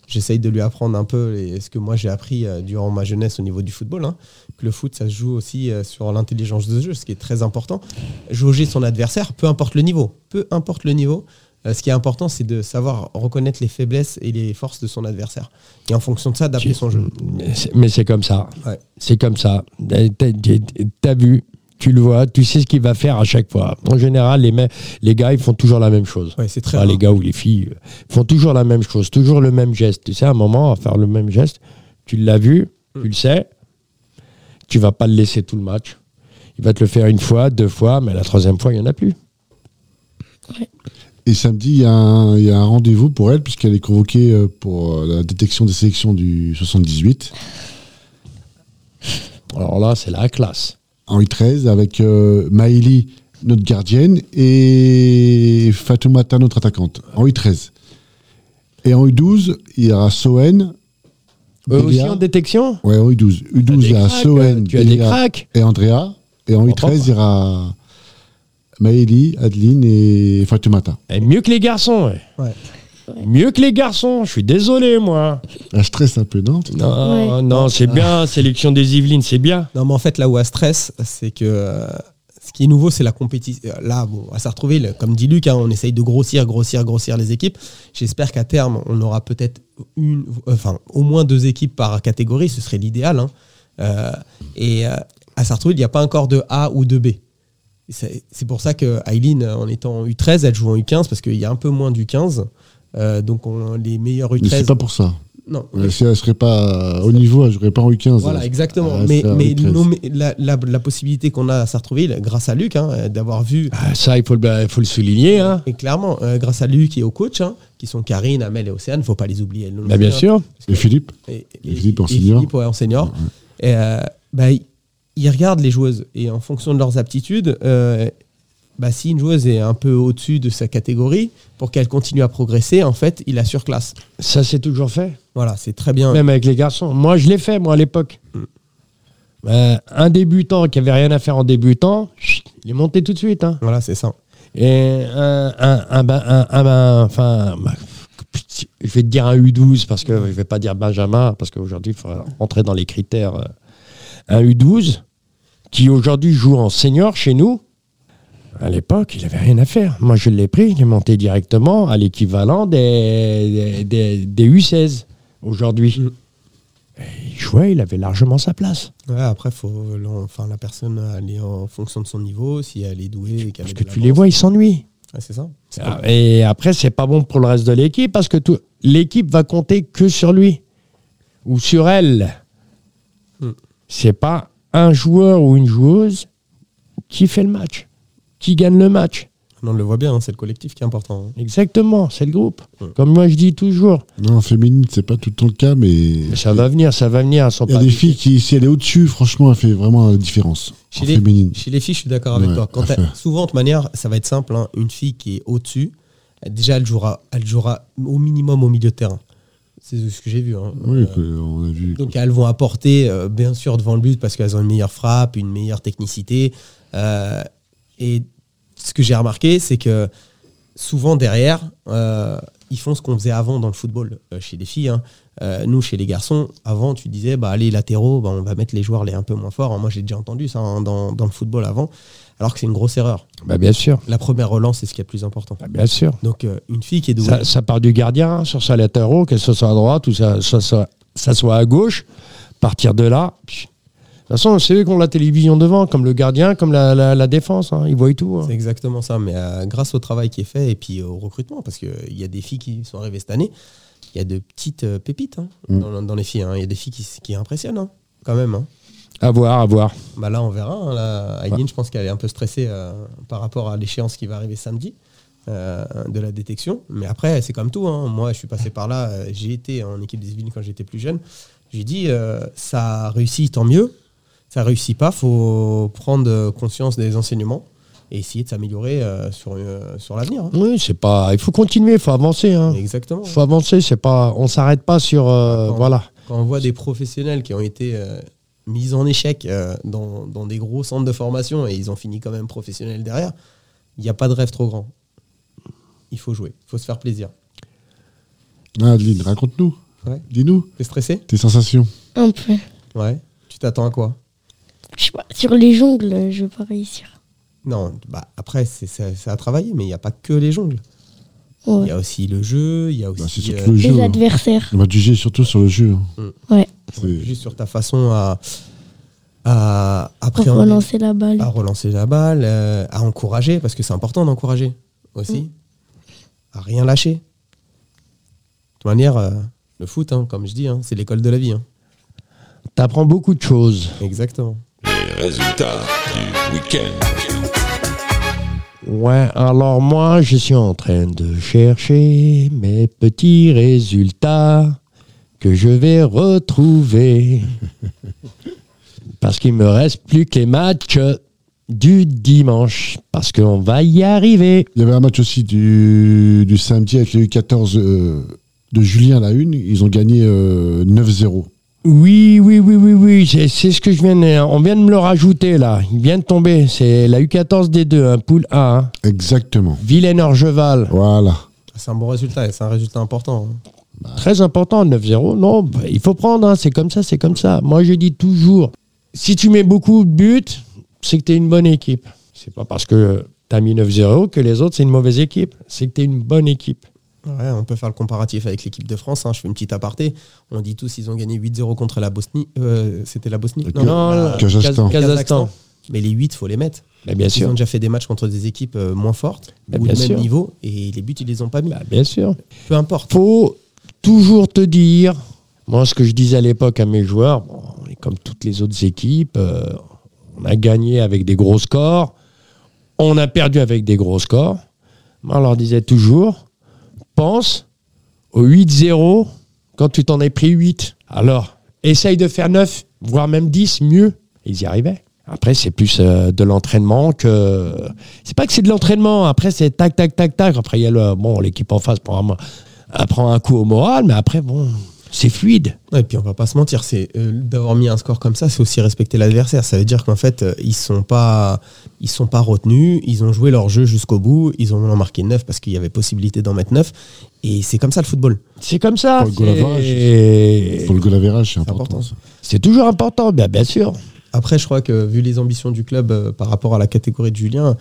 Speaker 5: J'essaye de lui apprendre un peu les- ce que moi j'ai appris euh, durant ma jeunesse au niveau du football. hein, que le foot, ça se joue aussi euh, sur l'intelligence de jeu, ce qui est très important. Jauger son adversaire, peu importe le niveau. Peu importe le niveau. euh, ce qui est important, c'est de savoir reconnaître les faiblesses et les forces de son adversaire. Et en fonction de ça, d'appeler son jeu.
Speaker 2: Mais c'est- Mais c'est comme ça.
Speaker 5: Ouais.
Speaker 2: C'est comme ça. T'as- t'as- T'as vu tu le vois, tu sais ce qu'il va faire à chaque fois. En général, les, me- les gars, ils font toujours la même chose.
Speaker 5: Ouais, c'est très
Speaker 2: Enfin,
Speaker 5: rare.
Speaker 2: les gars ou les filles euh, font toujours la même chose, toujours le même geste. Tu sais, à un moment, à faire le même geste, tu l'as vu, tu le sais, tu vas pas le laisser tout le match. Il va te le faire une fois, deux fois, mais la troisième fois, il n'y en a plus.
Speaker 4: Et samedi, il y a un, il y a un rendez-vous pour elle, puisqu'elle est convoquée euh, pour euh, la détection des sélections du 78
Speaker 2: Alors là, c'est la classe.
Speaker 4: en U13 avec euh, Maëlie, notre gardienne, et Fatoumata, notre attaquante, en U13. Et en U12, il y aura Soen.
Speaker 2: Eux aussi
Speaker 4: Delia-
Speaker 2: en détection
Speaker 4: Ouais, en U12. U12, il y a
Speaker 2: Crac, euh,
Speaker 4: Soen,
Speaker 2: Tu as des
Speaker 4: Delia
Speaker 2: cracks
Speaker 4: et Andrea. Et en
Speaker 2: Oh,
Speaker 4: U13,
Speaker 2: papa.
Speaker 4: il y aura Maëlie, Adeline et Fatoumata.
Speaker 2: Eh, Mieux que les garçons, ouais.
Speaker 5: Ouais.
Speaker 2: Mieux que les garçons, je suis désolé, moi.
Speaker 4: Elle stresse un peu, non
Speaker 2: Non, non, c'est bien, sélection des Yvelines, c'est bien.
Speaker 5: Non, mais en fait, là où elle stresse, c'est que euh, ce qui est nouveau, c'est la compétition. Là, bon, à Sartrouville, comme dit Luc, hein, on essaye de grossir, grossir, grossir les équipes. J'espère qu'à terme, on aura peut-être une, enfin, au moins deux équipes par catégorie. Ce serait l'idéal. hein. Euh, et euh, à Sartrouville, il n'y a pas encore de A ou de B. Et C'est c'est pour ça que Aileen, en étant en U13, elle joue en U15 parce qu'il y a un peu moins du 15. Euh, donc on- les meilleurs
Speaker 4: Mais c'est
Speaker 5: U13.
Speaker 4: pas pour ça.
Speaker 5: Non,
Speaker 4: Euh, Si elle serait pas euh, au niveau, elle jouerait pas en U15.
Speaker 5: Voilà,
Speaker 4: elle.
Speaker 5: exactement.
Speaker 4: Ah,
Speaker 5: mais
Speaker 4: c'est un
Speaker 5: mais
Speaker 4: U13.
Speaker 5: non, mais la, la- la possibilité qu'on a à Sartrouville, grâce à Luc, hein, euh, d'avoir vu,
Speaker 2: Ah, Ça, il faut, le- il faut le souligner. Hein.
Speaker 5: et clairement, euh, grâce à Luc et au coach, hein, qui sont Karine, Amel et Océane, faut pas les oublier. elles nous
Speaker 2: Bah,
Speaker 5: l'ont
Speaker 2: bien
Speaker 5: fait, hein,
Speaker 2: sûr.
Speaker 5: parce que-
Speaker 4: Et Philippe
Speaker 5: et-
Speaker 4: et
Speaker 5: et-
Speaker 4: Philippe
Speaker 5: et
Speaker 4: en senior.
Speaker 5: Philippe, ouais, en senior. Et, euh, bah, ils- ils regardent les joueuses et en fonction de leurs aptitudes, euh, bah, si une joueuse est un peu au-dessus de sa catégorie, pour qu'elle continue à progresser, en fait, il la surclasse.
Speaker 2: Ça, c'est toujours fait.
Speaker 5: Voilà, c'est très bien.
Speaker 2: Même avec les garçons. Moi, je l'ai fait, moi, à l'époque. Euh, un débutant qui avait rien à faire en débutant, chut, il est monté tout de suite. hein.
Speaker 5: Voilà, c'est ça.
Speaker 2: Et un, un, un, ben- un- un ben- enfin, ben, putain, je vais te dire un U12 parce que je vais pas dire Benjamin parce qu'aujourd'hui il faut rentrer dans les critères. euh. Un U12 qui aujourd'hui joue en senior chez nous. À l'époque, il avait rien à faire. Moi, je l'ai pris, il est monté directement à l'équivalent des, des, des- des U16 aujourd'hui. Et Il jouait, il avait largement sa place.
Speaker 5: Ouais, après, faut, l'en- enfin, la personne, elle est en fonction de son niveau, si elle est douée. et qu'elle
Speaker 2: Parce
Speaker 5: a
Speaker 2: que
Speaker 5: de
Speaker 2: tu les
Speaker 5: l'avance.
Speaker 2: vois, ils s'ennuient.
Speaker 5: Ouais, c'est ça. C'est
Speaker 2: Ah, Et après, c'est pas bon pour le reste de l'équipe parce que tout- l'équipe va compter que sur lui ou sur elle.
Speaker 5: Hmm.
Speaker 2: C'est pas un joueur ou une joueuse qui fait le match, qui gagne le match.
Speaker 5: pas- Non, on le voit bien, hein, c'est le collectif qui est important. hein.
Speaker 2: Exactement, c'est le groupe.
Speaker 5: Hmm.
Speaker 2: Comme moi je dis toujours,
Speaker 4: Non, en féminine, c'est pas tout le temps le cas, mais.
Speaker 2: mais ça va venir, ça va venir. elles sont
Speaker 4: Il y a
Speaker 2: pas-
Speaker 4: des filles qui, si elle est au-dessus, franchement, elle fait vraiment la différence.
Speaker 5: Chez
Speaker 4: en
Speaker 5: les-
Speaker 4: féminine.
Speaker 5: Chez les filles, je suis d'accord avec
Speaker 4: Ouais,
Speaker 5: toi. Quand
Speaker 4: à
Speaker 5: elle-
Speaker 4: faire.
Speaker 5: souvent, de manière, ça va être simple. hein, Une fille qui est au-dessus, euh, déjà, elle jouera, elle jouera au minimum au milieu de terrain. C'est ce que j'ai vu. hein.
Speaker 4: Oui,
Speaker 5: Euh,
Speaker 4: que- on a vu.
Speaker 5: donc, elles vont apporter, euh, bien sûr, devant le but parce qu'elles ont une meilleure frappe, une meilleure technicité. euh, et ce que j'ai remarqué, c'est que souvent derrière, euh, ils font ce qu'on faisait avant dans le football euh, chez les filles. hein. Euh, nous, chez les garçons, avant, tu disais, bah, les latéraux, bah, on va mettre les joueurs les un peu moins forts. Moi, j'ai déjà entendu ça hein, dans, dans le football avant, alors que c'est une grosse erreur.
Speaker 2: Bah, bien sûr,
Speaker 5: La première relance, c'est ce qui est le plus important.
Speaker 2: bah, bien sûr.
Speaker 5: Donc, euh, une fille qui est douée.
Speaker 2: Ça, ça part du gardien hein, sur sa latéraux, qu'elle soit à droite ou ça, ça, ça- ça soit à gauche. Partir de là. pff. De toute façon, c'est eux qui ont la télévision devant, comme le gardien, comme la, la- la défense. hein, Ils voient tout. hein.
Speaker 5: C'est exactement ça, mais euh, grâce au travail qui est fait et puis au recrutement, parce qu'il y a des filles qui sont arrivées cette année, il y a de petites euh, pépites hein,
Speaker 4: Mm.
Speaker 5: dans, dans les filles. hein. Il y a des filles qui, s- qui impressionnent hein, quand même. hein.
Speaker 2: À voir, à voir.
Speaker 5: Bah là, on verra. hein, là. Aileen, je pense qu'elle est un peu stressée euh, par rapport à l'échéance qui va arriver samedi euh, de la détection. Mais après, c'est comme tout. hein. Moi, je suis passé par là. euh, J'ai été en équipe des Yvelines quand j'étais plus jeune. J'ai dit, euh, ça réussit, tant mieux. Ça réussit pas, faut prendre conscience des enseignements et essayer de s'améliorer euh, sur, euh, sur l'avenir. hein.
Speaker 2: Oui, c'est pas. Il faut continuer, il faut avancer. hein.
Speaker 5: Exactement.
Speaker 2: faut avancer. C'est pas. On s'arrête pas sur. euh,
Speaker 5: Attends.
Speaker 2: voilà.
Speaker 5: Quand on voit des professionnels qui ont été euh, mis en échec euh, dans, dans des gros centres de formation et ils ont fini quand même professionnels derrière, il n'y a pas de rêve trop grand. Il faut jouer, il faut se faire plaisir.
Speaker 4: Ah, Adeline, raconte-nous.
Speaker 5: Ouais.
Speaker 4: Dis-nous
Speaker 5: T'es stressé
Speaker 4: tes sensations.
Speaker 3: Un peu.
Speaker 5: Ouais. Tu t'attends à quoi
Speaker 3: Je sais pas, sur les jongles, je vais pas réussir.
Speaker 5: Non, bah après, c'est c'est- c'est à travailler, mais il n'y a pas que les jongles. Il
Speaker 3: Ouais.
Speaker 5: y a aussi le jeu, il y a
Speaker 4: Bah, c'est
Speaker 5: aussi.
Speaker 4: surtout
Speaker 5: euh,
Speaker 4: le
Speaker 3: Les
Speaker 4: jeu. hein.
Speaker 3: adversaires.
Speaker 4: On va te juger surtout sur le jeu. hein.
Speaker 3: Ouais.
Speaker 4: C'est-
Speaker 5: juste sur ta façon à, à, à
Speaker 3: pour
Speaker 5: appréhender.
Speaker 3: relancer la balle.
Speaker 5: à relancer la balle, euh, à encourager, parce que c'est important d'encourager aussi, à rien lâcher. De toute manière, euh, le foot, hein, comme je dis, hein, c'est l'école de la vie. hein.
Speaker 2: T'apprends beaucoup de choses.
Speaker 5: Exactement.
Speaker 1: Les résultats du week-end.
Speaker 2: Ouais, alors moi, je suis en train de chercher mes petits résultats que je vais retrouver. Parce qu'il me reste plus que les matchs du dimanche. Parce qu'on va y arriver.
Speaker 4: Il y avait un match aussi du, du samedi avec les U14 euh, de Julien à la une. Ils ont gagné euh, 9-0.
Speaker 2: Oui, oui, oui, oui, oui, c'est c'est ce que je viens de... On vient de me le rajouter là. Il vient de tomber. C'est la U14 des deux, hein, poule A. hein.
Speaker 4: Exactement.
Speaker 2: Vilaine-Orgeval.
Speaker 4: Voilà.
Speaker 5: C'est un bon résultat, et c'est un résultat important. hein.
Speaker 2: Très important, 9-0. Non, bah, il faut prendre, hein, c'est comme ça, c'est comme ça. Moi, je dis toujours, si tu mets beaucoup de buts, c'est que tu es une bonne équipe. C'est pas parce que tu as mis 9-0 que les autres, c'est une mauvaise équipe. C'est que tu es une bonne équipe.
Speaker 5: Ouais, on peut faire le comparatif avec l'équipe de France. hein. Je fais une petite aparté. On dit tous ils ont gagné 8-0 contre la Bosnie. Euh, C'était la Bosnie
Speaker 4: Non,
Speaker 5: la-
Speaker 4: Kazakhstan.
Speaker 2: Kaz- Ah, Kazakhstan.
Speaker 5: Mais les 8, faut les mettre.
Speaker 2: Bah, bien
Speaker 5: Ils ont
Speaker 2: sûr.
Speaker 5: déjà fait des matchs contre des équipes euh, moins fortes,
Speaker 2: Bah,
Speaker 5: ou du
Speaker 2: bien
Speaker 5: même
Speaker 2: sûr.
Speaker 5: niveau, et les buts, ils les ont pas mis.
Speaker 2: Bah, bien sûr.
Speaker 5: Peu importe.
Speaker 2: faut toujours te dire, moi ce que je disais à l'époque à mes joueurs, bon, on est comme toutes les autres équipes, euh, on a gagné avec des gros scores, on a perdu avec des gros scores. Moi, on leur disait toujours, pense au 8-0 quand tu t'en es pris 8. Alors, essaye de faire 9, voire même 10, mieux. Ils y arrivaient. Après, c'est plus euh, de l'entraînement que... C'est pas que c'est de l'entraînement, après c'est tac, tac, tac, tac. Après, il y a le... Bon, l'équipe en face, pour moi, elle prend un coup au moral, mais après, bon, c'est fluide.
Speaker 5: Et puis on va pas se mentir, c'est euh, d'avoir mis un score comme ça, c'est aussi respecter l'adversaire. Ça veut dire qu'en fait, euh, ils sont pas, ils sont pas retenus. Ils ont joué leur jeu jusqu'au bout. Ils ont en marqué 9 parce qu'il y avait possibilité d'en mettre 9. Et c'est comme ça le football.
Speaker 2: C'est comme ça.
Speaker 4: Pour le goal
Speaker 2: c'est-
Speaker 4: Pour le goal average, c'est important.
Speaker 5: important.
Speaker 4: ça.
Speaker 2: C'est toujours important, bien, bien sûr.
Speaker 5: Après, je crois que vu les ambitions du club euh, par rapport à la catégorie de Julien,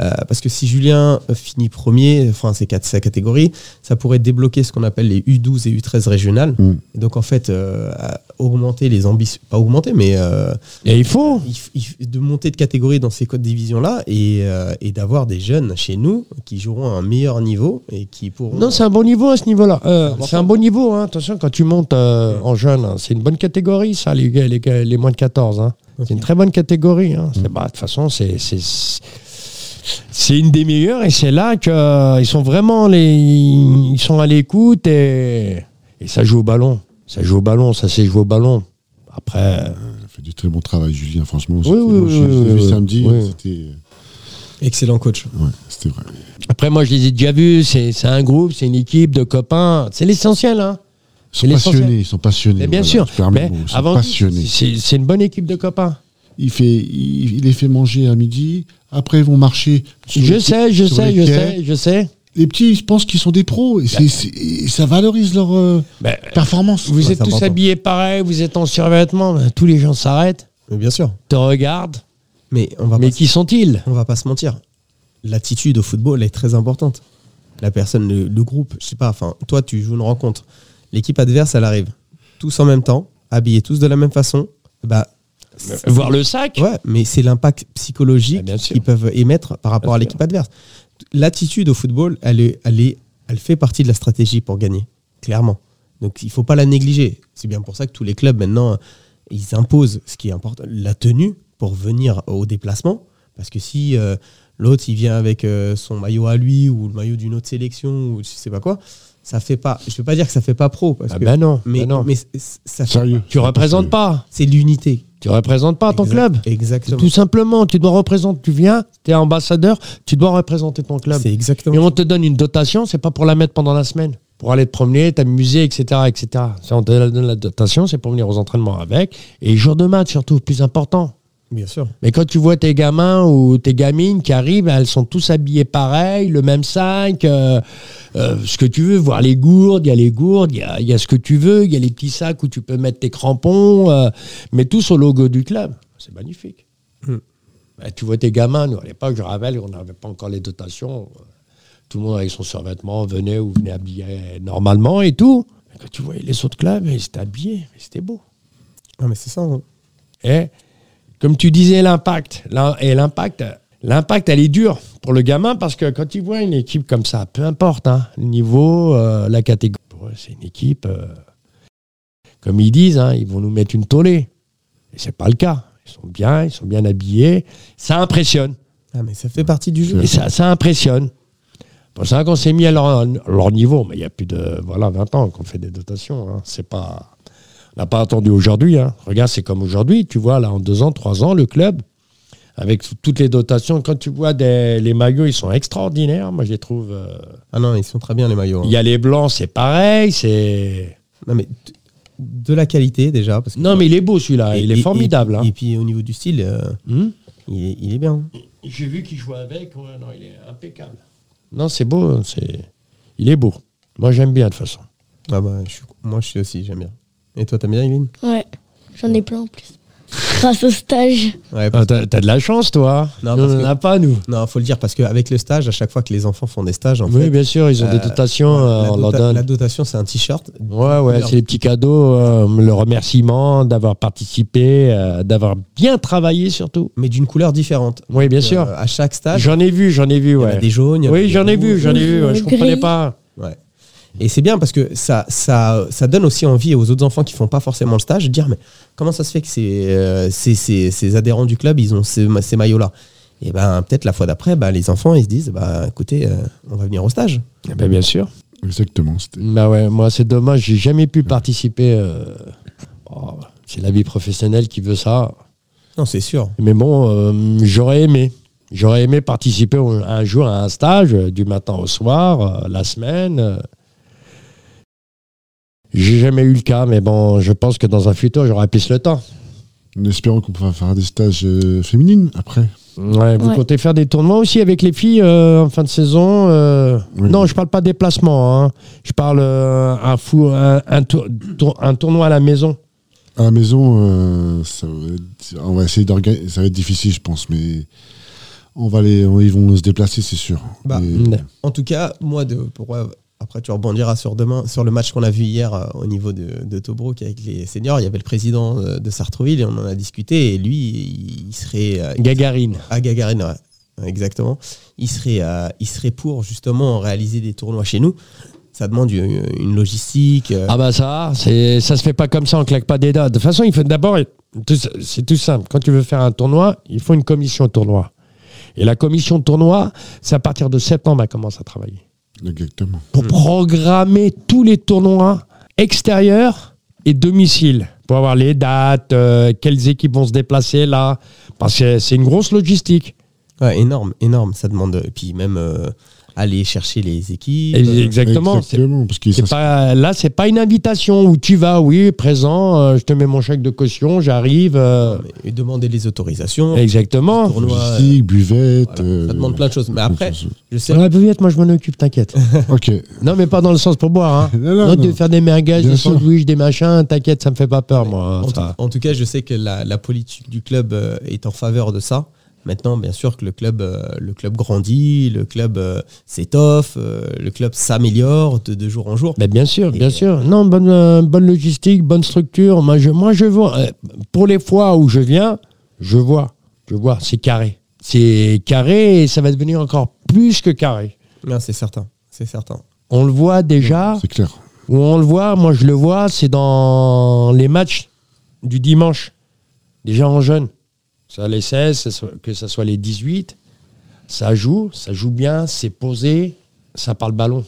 Speaker 5: euh, parce que si Julien euh, finit premier, enfin c'est quatre- sa catégorie, ça pourrait débloquer ce qu'on appelle les U12 et U13 régionales.
Speaker 4: Mm.
Speaker 5: Et donc en fait, euh, à augmenter les ambitions, pas augmenter, mais euh,
Speaker 2: Et il faut.
Speaker 5: il f- il f- de monter de catégorie dans ces codes divisions là et, euh, et d'avoir des jeunes chez nous qui joueront à un meilleur niveau et qui pourront.
Speaker 2: Non, c'est un bon niveau à ce niveau-là. Euh,
Speaker 5: important.
Speaker 2: c'est un bon niveau, hein. attention, quand tu montes euh, en jeune, hein, c'est une bonne catégorie, ça, les, gars- les, gars- les moins de 14. hein.
Speaker 5: Ok.
Speaker 2: C'est une très bonne catégorie. hein. C'est- bah, De toute façon, c'est. c'est- C'est une des meilleures et c'est là qu'ils sont vraiment les, ils sont à l'écoute et, et ça joue au ballon. Ça joue au ballon, ça sait jouer au ballon. Après,
Speaker 4: Il a fait du très bon travail, Julien, franchement.
Speaker 2: Oui,
Speaker 4: C'était-
Speaker 2: oui,
Speaker 4: moi, je
Speaker 2: oui,
Speaker 4: l'ai
Speaker 2: oui,
Speaker 4: vu
Speaker 2: oui.
Speaker 4: samedi,
Speaker 2: Oui.
Speaker 4: c'était
Speaker 5: Excellent coach.
Speaker 4: ouais, c'était vrai.
Speaker 2: Après, moi, je les ai déjà vus. C'est c'est un groupe, c'est une équipe de copains. C'est l'essentiel. Hein.
Speaker 4: Ils sont
Speaker 2: Et l'essentiel.
Speaker 4: passionnés, ils sont passionnés.
Speaker 2: Mais bien
Speaker 4: voilà,
Speaker 2: sûr.
Speaker 4: je perds mes
Speaker 2: Mais
Speaker 4: mots, ils sont
Speaker 2: avant, tout,
Speaker 4: passionnés.
Speaker 2: c'est c'est une bonne équipe de copains.
Speaker 4: Il, fait, il, il les fait manger à midi, après ils vont marcher. sur
Speaker 2: Je
Speaker 4: les-
Speaker 2: sais, je
Speaker 4: sur
Speaker 2: sais, je
Speaker 4: les quais.
Speaker 2: sais, je sais.
Speaker 4: Les petits, ils pensent qu'ils sont des pros, et, c'est- c'est- et ça valorise leur euh,
Speaker 2: Ben,
Speaker 4: performance.
Speaker 2: vous
Speaker 5: Ouais,
Speaker 2: êtes
Speaker 5: c'est
Speaker 2: tous
Speaker 5: important.
Speaker 2: habillés pareil, vous êtes en survêtement. ben, tous les gens s'arrêtent,
Speaker 5: Mais bien sûr.
Speaker 2: te regardent.
Speaker 5: Mais on va
Speaker 2: Mais
Speaker 5: pas-
Speaker 2: qui sont-ils
Speaker 5: on va pas se mentir. L'attitude au football est très importante. La personne, le, le groupe, je sais pas, enfin, toi, tu joues une rencontre. L'équipe adverse, elle arrive. Tous en même temps, habillés tous de la même façon. Bah, c'est-
Speaker 2: Voir le sac
Speaker 5: Ouais, mais c'est l'impact
Speaker 2: Ah,
Speaker 5: psychologique
Speaker 2: bien sûr.
Speaker 5: qu'ils peuvent émettre par rapport
Speaker 2: Bien
Speaker 5: à
Speaker 2: sûr.
Speaker 5: l'équipe adverse. L'attitude au football, elle, est, elle, est, elle fait partie de la stratégie pour gagner, clairement. Donc il faut pas la négliger. C'est bien pour ça que tous les clubs maintenant, ils imposent ce qui est important, la tenue pour venir au déplacement. Parce que si euh, l'autre il vient avec euh, son maillot à lui ou le maillot d'une autre sélection ou je sais pas quoi, ça fait pas. Je veux pas dire que ça fait pas pro, parce
Speaker 2: Ah
Speaker 5: que-
Speaker 2: ben non,
Speaker 5: mais,
Speaker 2: ben non.
Speaker 5: mais c- c- ça fait-
Speaker 4: Sérieux.
Speaker 2: Tu représentes pas.
Speaker 5: c'est l'unité.
Speaker 2: Tu représentes pas ton
Speaker 5: Exact-
Speaker 2: club.
Speaker 5: Exactement.
Speaker 2: Tout simplement, tu dois représenter. Tu viens, tu es ambassadeur, tu dois représenter ton club.
Speaker 5: C'est exactement.
Speaker 2: Et on te donne une dotation, c'est pas pour la mettre pendant la semaine. Pour aller te promener, t'amuser, etc. etc. Ça, on te donne la dotation, c'est pour venir aux entraînements avec. Et jour de match, surtout, plus important.
Speaker 5: Bien sûr.
Speaker 2: Mais quand tu vois tes gamins ou tes gamines qui arrivent, elles sont tous habillées pareil, le même sac, euh, euh, ce que tu veux, voir les gourdes, il y a les gourdes, il y a, il y a ce que tu veux, il y a les petits sacs où tu peux mettre tes crampons, euh, mais tous au logo du club. C'est magnifique.
Speaker 5: Mm.
Speaker 2: Bah, tu vois tes gamins, nous à l'époque, je rappelle, on n'avait pas encore les dotations. Tout le monde avec son survêtement venait ou venait habillé normalement et tout. Mais quand tu voyais les autres clubs, ils étaient habillés, mais c'était beau.
Speaker 5: Ah, mais c'est ça. hein.
Speaker 2: Et Eh, Comme tu disais, l'impact. l'im- Et l'impact, l'impact, elle est dure pour le gamin parce que quand il voit une équipe comme ça, peu importe hein, le niveau, euh, la catégorie, pour eux, c'est une équipe. euh, comme ils disent, hein, ils vont nous mettre une tollée. Et c'est pas le cas. Ils sont bien, ils sont bien habillés. Ça impressionne.
Speaker 5: Ah, mais ça fait partie du jeu.
Speaker 2: Et ça, ça impressionne. Pour ça qu'on s'est mis à leur, à leur niveau, mais il y a plus de voilà, 20 ans qu'on fait des dotations. hein. C'est pas, on n'a pas attendu aujourd'hui. hein. Regarde, c'est comme aujourd'hui. Tu vois, là, en deux ans, trois ans, le club, avec toutes les dotations, quand tu vois des, les maillots, ils sont extraordinaires. Moi, je les trouve. euh,
Speaker 5: Ah non, ils sont très bien les maillots. hein.
Speaker 2: Il y a les blancs, c'est pareil. C'est
Speaker 5: Non, mais t- de la qualité déjà. Parce que-
Speaker 2: Non, mais il est beau celui-là.
Speaker 5: Et-
Speaker 2: Il est
Speaker 5: et-
Speaker 2: formidable.
Speaker 5: Et,
Speaker 2: hein.
Speaker 5: et puis au niveau du style, euh,
Speaker 2: Hmm
Speaker 5: il, est, il est bien. hein.
Speaker 2: J'ai vu qu'il jouait avec, ouais, non, il est impeccable. Non, c'est beau, c'est... il est beau. Moi, j'aime bien de toute façon.
Speaker 5: Ah bah, je suis- moi je suis aussi, j'aime bien. Et toi, t'aimes bien, Yvine
Speaker 3: Ouais, j'en ai plein en plus. Grâce au stage.
Speaker 5: Ouais, parce-
Speaker 2: Ah, t'as, t'as de la chance, toi.
Speaker 5: Non,
Speaker 2: nous,
Speaker 5: parce
Speaker 2: on
Speaker 5: que-
Speaker 2: n'en a pas, nous.
Speaker 5: Non, faut le dire, parce qu'avec le stage, à chaque fois que les enfants font des stages, en
Speaker 2: Ah. oui,
Speaker 5: fait,
Speaker 2: bien sûr, ils ont
Speaker 5: euh,
Speaker 2: des dotations, euh,
Speaker 5: la,
Speaker 2: on leur
Speaker 5: dota-
Speaker 2: donne.
Speaker 5: la dotation, c'est un t-shirt.
Speaker 2: Ouais, ouais,
Speaker 5: leur-
Speaker 2: c'est les petits cadeaux, euh, le remerciement d'avoir participé, euh, d'avoir bien travaillé surtout.
Speaker 5: mais d'une couleur différente.
Speaker 2: Oui, bien
Speaker 5: Euh,
Speaker 2: sûr.
Speaker 5: à chaque stage,
Speaker 2: J'en ai vu, j'en ai vu,
Speaker 5: il y en a
Speaker 2: ouais.
Speaker 5: des jaunes. il y en a
Speaker 2: Oui,
Speaker 5: des
Speaker 2: j'en ai
Speaker 5: rouges.
Speaker 2: vu, j'en ai vu, ouais, je
Speaker 3: Le
Speaker 2: comprenais
Speaker 3: gris.
Speaker 2: pas.
Speaker 5: Ouais. Et c'est bien parce que ça, ça, ça donne aussi envie aux autres enfants qui font pas forcément le stage de dire mais comment ça se fait que ces, euh, ces, ces- ces adhérents du club ils ont ces, ma- ces maillots là Et ben peut-être la fois d'après ben, les enfants ils se disent bah écoutez euh, on va venir au stage.
Speaker 2: Eh ben, bien sûr.
Speaker 4: Exactement. c'était-
Speaker 2: Bah ouais, moi c'est dommage, j'ai jamais pu participer. euh, oh, c'est la vie professionnelle qui veut ça.
Speaker 5: Non c'est sûr.
Speaker 2: Mais bon, euh, j'aurais aimé. J'aurais aimé participer au- un jour à un stage, euh, du matin au soir, euh, la semaine. euh. J'ai jamais eu le cas, mais bon, je pense que dans un futur, j'aurai plus le temps.
Speaker 4: En espérant qu'on pourra faire des stages euh, féminines après.
Speaker 2: Ouais, vous
Speaker 3: Ouais.
Speaker 2: comptez faire des tournois aussi avec les filles euh, en fin de saison euh,
Speaker 4: Oui.
Speaker 2: Non, je parle pas des placements. hein. Je parle euh, un, fou, un, un tour- tour- un tournoi à la maison.
Speaker 4: À la maison, euh, ça va être- on va essayer d'organiser. Ça va être difficile, je pense, mais on va les, on- ils vont se déplacer, c'est sûr.
Speaker 5: Bah,
Speaker 4: Et-
Speaker 2: Mm.
Speaker 5: En tout cas moi de pour euh, après tu rebondiras sur demain sur le match qu'on a vu hier euh, au niveau de, de Tobruk avec les seniors il y avait le président euh, de Sartrouville et on en a discuté et lui il, il serait euh,
Speaker 2: Gagarine.
Speaker 5: À Gagarine, ouais. exactement. Il serait, euh, il serait pour justement réaliser des tournois chez nous. Ça demande une, une logistique. euh,
Speaker 2: Ah bah ça, c'est ça se fait pas comme ça, on claque pas des doigts. De toute façon, il faut d'abord, tout- c'est tout simple. Quand tu veux faire un tournoi, il faut une commission tournoi. Et la commission tournoi, c'est à partir de septembre elle commence à travailler
Speaker 4: Exactement.
Speaker 2: pour programmer tous les tournois extérieurs et domicile pour avoir les dates, euh, quelles équipes vont se déplacer là, parce que c'est une grosse logistique.
Speaker 5: ouais, énorme, énorme. Ça demande. Et puis même euh, aller chercher les équipes. euh,
Speaker 2: Et- exactement. c'est-
Speaker 4: Exactement, parce qu'ils
Speaker 2: C'est
Speaker 4: s'inscrivent.
Speaker 2: pas, là, c'est pas une invitation où tu vas, oui, présent, euh, je te mets mon chèque de caution, j'arrive. euh,
Speaker 5: Et demander les
Speaker 2: Oh.
Speaker 5: autorisations.
Speaker 2: exactement.
Speaker 5: tournoi, euh,
Speaker 4: Logistique, buvette. euh,
Speaker 5: voilà.
Speaker 2: euh,
Speaker 5: Ça demande plein de choses. Mais après, je sais.
Speaker 2: Sur la buvette, moi je m'en occupe, t'inquiète.
Speaker 4: Ok.
Speaker 2: non, mais pas dans le sens pour boire. Hein.
Speaker 4: Non,
Speaker 2: Non,
Speaker 4: non,
Speaker 2: de
Speaker 4: non.
Speaker 2: faire des merguez,
Speaker 4: Bien
Speaker 2: des
Speaker 4: sûr.
Speaker 2: sandwichs, des machins, t'inquiète, ça me fait pas peur, moi. hein,
Speaker 5: en,
Speaker 2: ça.
Speaker 5: tout, en tout cas, je sais que la, la politique du club euh, est en faveur de ça. Maintenant, bien sûr que le club, euh, le club grandit, le club euh, s'étoffe, euh, le club s'améliore de, de jour en jour.
Speaker 2: Mais bien sûr, bien
Speaker 5: Et-
Speaker 2: sûr. Non, bonne, euh, bonne logistique, bonne structure. Moi, je, moi, je vois. euh, Pour les fois où je viens, je vois. Je vois, c'est carré. C'est carré et ça va devenir encore plus que carré.
Speaker 5: Non, c'est certain, c'est certain.
Speaker 2: On le voit déjà,
Speaker 4: C'est clair.
Speaker 2: ou on le voit, moi je le vois, c'est dans les matchs du dimanche, déjà en jeune. Ça, les 16, ça soit- que ce soit les 18, ça joue, ça joue bien, c'est posé, ça parle ballon,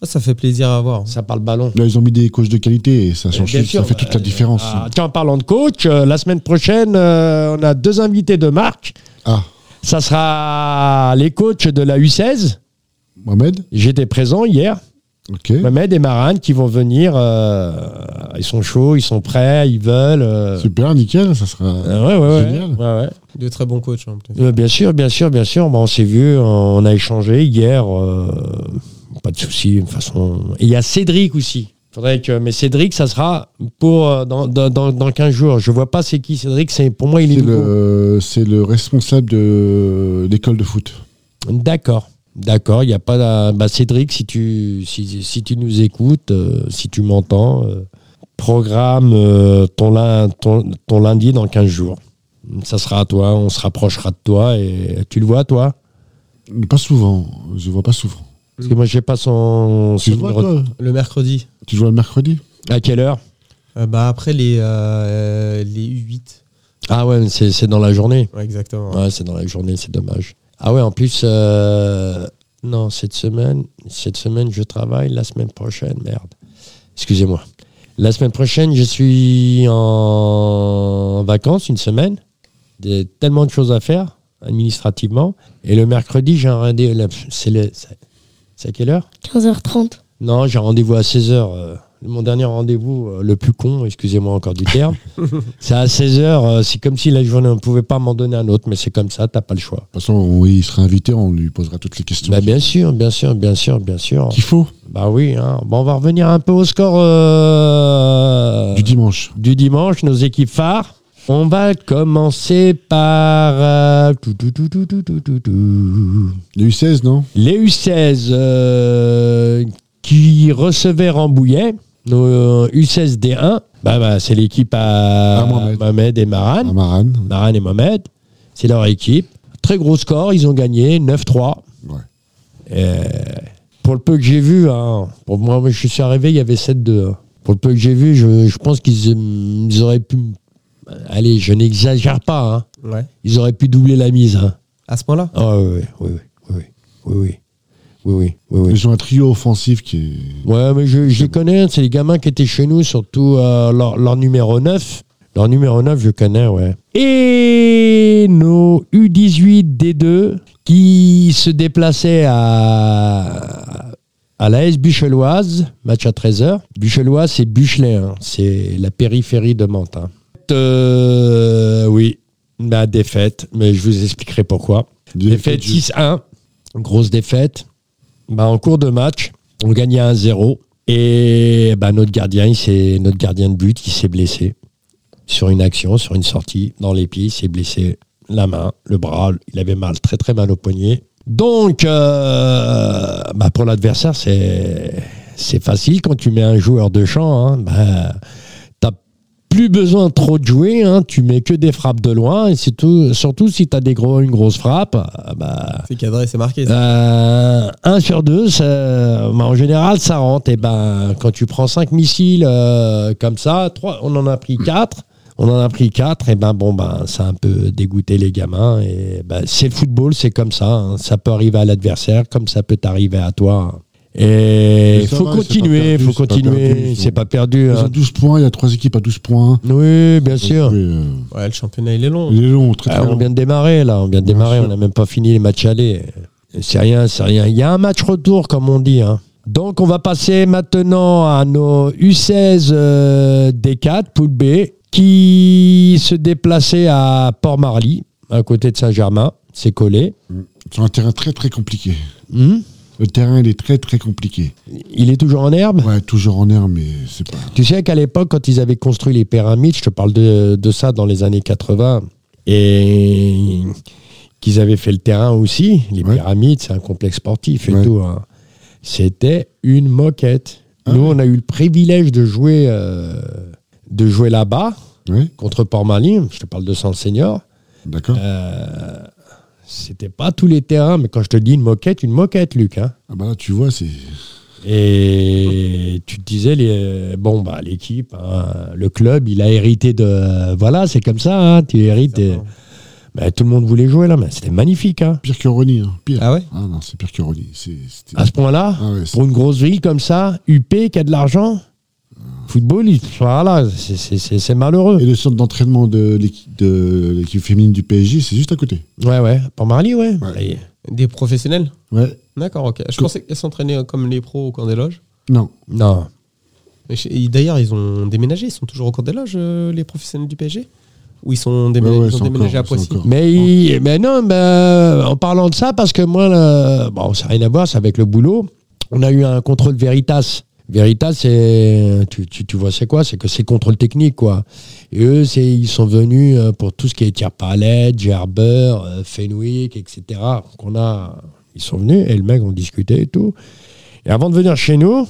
Speaker 5: Oh, ça fait plaisir à voir.
Speaker 2: ça parle ballon.
Speaker 4: Là, ils ont mis des coachs de qualité et ça change.
Speaker 2: Bien
Speaker 4: tout, ça
Speaker 2: sûr,
Speaker 4: fait toute la
Speaker 2: euh,
Speaker 4: différence.
Speaker 2: ah, tiens, en parlant de coach, euh, la semaine prochaine, euh, on a deux invités de marque.
Speaker 4: Ah,
Speaker 2: Ça sera les coachs de la U16.
Speaker 4: Mohamed
Speaker 2: J'étais présent hier.
Speaker 4: Ok.
Speaker 2: Mohamed et Marane qui vont venir. euh, ils sont chauds, ils sont prêts, ils veulent. euh,
Speaker 4: Super, nickel. Ça sera.
Speaker 2: Euh, ouais, ouais, ouais.
Speaker 4: Génial.
Speaker 2: Ouais, ouais.
Speaker 5: De très bons coachs en plus.
Speaker 2: Euh, bien sûr, bien sûr, bien sûr. Bah, on s'est vu, on a échangé hier. euh, pas de souci, de toute façon. Et il y a Cédric aussi. Faudrait que, mais Cédric, ça sera pour euh, dans, dans, dans- dans 15 jours. Je vois pas c'est qui Cédric. C'est pour moi il est
Speaker 4: C'est
Speaker 2: nouveau.
Speaker 4: le, c'est le responsable de l'école de foot.
Speaker 2: D'accord, d'accord. Il y a pas la- bah, Cédric. Si tu si, si tu nous écoutes, euh, si tu m'entends, euh, programme euh, ton, lin- ton ton lundi dans 15 jours. Ça sera à toi, on se rapprochera de toi et tu le vois, toi
Speaker 4: Mais Pas souvent. Je vois pas souvent.
Speaker 2: Parce que moi, j'ai pas son.
Speaker 4: Tu
Speaker 2: son
Speaker 4: le vois,
Speaker 2: numéro de-
Speaker 4: toi
Speaker 5: Le mercredi,
Speaker 4: Tu joues le mercredi
Speaker 2: À quelle heure
Speaker 5: euh, bah après les, euh, les U8.
Speaker 2: Ah ouais, mais c'est c'est dans la journée.
Speaker 5: Ouais, exactement.
Speaker 2: Ouais, c'est dans la journée, c'est dommage. Ah ouais, en plus, euh, non, cette semaine, cette semaine, je travaille. La semaine prochaine, merde. Excusez-moi. La semaine prochaine, je suis en vacances une semaine. Des, tellement de choses à faire administrativement. Et le mercredi, j'ai un rendez-vous. là, C'est le- c'est- c'est à quelle heure
Speaker 3: 15h30.
Speaker 2: Non, j'ai un rendez-vous à 16h. mon dernier rendez-vous, euh, le plus con, excusez-moi encore du terme, c'est à 16h. c'est comme si la journée, on ne pouvait pas m'en donner un autre, mais c'est comme ça, t'as pas le choix.
Speaker 4: De toute façon, on- il sera invité, on lui posera toutes les questions
Speaker 2: Bah, bien sûr, bien sûr, bien sûr, bien sûr.
Speaker 4: qu'il faut
Speaker 2: Bah oui, hein. Bon, on va revenir un peu au score euh,
Speaker 4: du dimanche.
Speaker 2: du dimanche, nos équipes phares. On va commencer par euh, tout, tout, tout, tout, tout, tout, tout, tout.
Speaker 4: Il y a eu 16, non
Speaker 2: Les U16 euh, qui recevaient Rambouillet, nos euh, U16 D1, bah, bah, c'est l'équipe à,
Speaker 4: À Mohamed.
Speaker 2: Mohamed et Maran.
Speaker 4: À Maran.
Speaker 2: Maran et Mohamed, c'est leur équipe. Très gros score, ils ont gagné 9-3.
Speaker 4: Ouais.
Speaker 2: Euh, pour le peu que j'ai vu, hein, pour moi, moi, je suis arrivé, il y avait 7-2. hein. Pour le peu que j'ai vu, je, je pense qu'ils euh, ils auraient pu. Allez, je n'exagère pas. hein.
Speaker 5: Ouais.
Speaker 2: Ils auraient pu doubler la mise. hein.
Speaker 5: À ce moment-là
Speaker 2: Ah oui, oui, oui, oui, oui, oui, oui, oui, oui.
Speaker 4: Ils ont un trio offensif qui est.
Speaker 2: Ouais, mais je, je les connais, c'est les gamins qui étaient chez nous, surtout euh, leur, leur numéro 9. Leur numéro 9, je connais, ouais. Et nos U18 D2 qui se déplaçaient à, à la S Bucheloise, match à 13h. Bucheloise, c'est Buchelet, hein, c'est la périphérie de Mantes. hein. Euh, oui, ma défaite, mais je vous expliquerai pourquoi. Défaite 6-1, grosse défaite. Bah, en cours de match, on gagnait 1-0 et bah, notre gardien, il s'est- notre gardien de but, qui s'est blessé sur une action, sur une sortie dans les pieds, il s'est blessé la main, le bras, il avait mal, très très mal au poignet. Donc, euh, bah, pour l'adversaire, c'est c'est facile quand tu mets un joueur de champ. Hein, bah, t'as plus besoin trop de jouer, hein, tu mets que des frappes de loin, et c'est tout, surtout si tu as des gros, une grosse frappe, euh, bah,
Speaker 5: C'est cadré, c'est marqué. ça.
Speaker 2: euh, un sur deux, ça- bah, en général, ça rentre. Et ben, quand tu prends cinq missiles euh, comme ça, trois, on en a pris quatre. On en a pris quatre. Et ben, bon, ben, ça a un peu dégoûté les gamins. Et ben, c'est le football, c'est comme ça. hein. Ça peut arriver à l'adversaire, comme ça peut arriver à toi. Et
Speaker 4: Mais ça
Speaker 2: faut
Speaker 4: va, c'est pas
Speaker 2: continuer,
Speaker 4: perdu,
Speaker 2: faut
Speaker 4: c'est pas perdu,
Speaker 2: continuer.
Speaker 4: ils
Speaker 2: C'est
Speaker 4: ont-
Speaker 2: pas perdu.
Speaker 4: Ils
Speaker 2: hein.
Speaker 4: ont 12 points, il y a 3 équipes à 12 points.
Speaker 2: Oui, bien sûr.
Speaker 4: Oui, euh,
Speaker 5: Ouais, le championnat, il est long. hein,
Speaker 4: Il est long, très
Speaker 2: Ah,
Speaker 4: très
Speaker 2: on
Speaker 4: long.
Speaker 2: vient de démarrer là, on vient de
Speaker 4: Bien
Speaker 2: démarrer,
Speaker 4: sûr.
Speaker 2: on n'a même pas fini les matchs allés. C'est rien, c'est rien. Il y a un match retour comme on dit. hein. Donc on va passer maintenant à nos U16 euh, D4, poule B, qui se déplaçaient à Port-Marly, à côté de Saint-Germain. C'est collé.
Speaker 4: Sur un terrain très très compliqué.
Speaker 2: Hmm
Speaker 4: Le terrain, il est très très compliqué.
Speaker 2: Il est toujours en herbe.
Speaker 4: Ouais, toujours en air, mais c'est pas.
Speaker 2: Tu sais qu'à l'époque, quand ils avaient construit les pyramides, je te parle de, de ça dans les années 80, et qu'ils avaient fait le terrain aussi, les
Speaker 4: Ouais.
Speaker 2: pyramides, c'est un complexe sportif et
Speaker 4: Ouais.
Speaker 2: tout. hein. C'était une moquette.
Speaker 4: Ah
Speaker 2: Nous, on a eu le privilège de jouer, euh, de jouer là-bas,
Speaker 4: Ouais,
Speaker 2: contre Port-Marly, je te parle de San Senior.
Speaker 4: d'accord.
Speaker 2: Euh, c'était pas tous les terrains, mais quand je te dis une moquette, une moquette, Luc. hein.
Speaker 4: Ah bah là, tu vois, c'est.
Speaker 2: Et tu te disais, les, bon, bah, l'équipe, hein, le club, il a hérité de. Voilà, c'est comme ça, hein, tu hérites. des- Bah, tout le monde voulait jouer là, mais c'était magnifique. hein.
Speaker 4: Pire que Ronnie, hein, pire. Ah,
Speaker 5: Ah ouais
Speaker 4: non, c'est pire que Ronnie. C'est- c'était-
Speaker 2: À ce point-là,
Speaker 4: Ah ouais, c'est-
Speaker 2: pour une grosse ville comme ça, UP qui a de l'argent, football, il- voilà, c'est- c'est c'est- c'est malheureux.
Speaker 4: Et le centre d'entraînement de l'équipe de l'équipe féminine du PSG, c'est juste à côté.
Speaker 2: Ouais, ouais, pour Marly, ouais.
Speaker 4: Ouais.
Speaker 2: Et-
Speaker 5: Des professionnels
Speaker 4: Ouais.
Speaker 5: D'accord, ok. Je
Speaker 4: Que-
Speaker 5: pensais qu'elles s'entraînaient comme les pros au camp des loges.
Speaker 4: Non.
Speaker 2: Non.
Speaker 5: Mais je- et D'ailleurs, ils ont déménagé. Ils sont toujours au camp des loges, euh, les professionnels du PSG Ou ils sont démé-
Speaker 4: Ouais, ouais,
Speaker 5: ils ont
Speaker 4: c'est
Speaker 5: déménagé
Speaker 4: encore,
Speaker 5: à Poissy
Speaker 4: c'est encore.
Speaker 2: Mais, il- mais non, mais, euh, en parlant de ça, parce que moi, là, bon, ça n'a rien à voir, c'est avec le boulot. On a eu un contrôle Veritas. Veritas, c'est, tu, tu- tu vois, c'est quoi C'est que c'est contrôle technique, quoi. Et eux, c'est, ils sont venus euh, pour tout ce qui est tir palette, Gerber, euh, Fenwick, etc. Qu'on a, ils sont venus et le mec, on discutait et tout. Et avant de venir chez nous,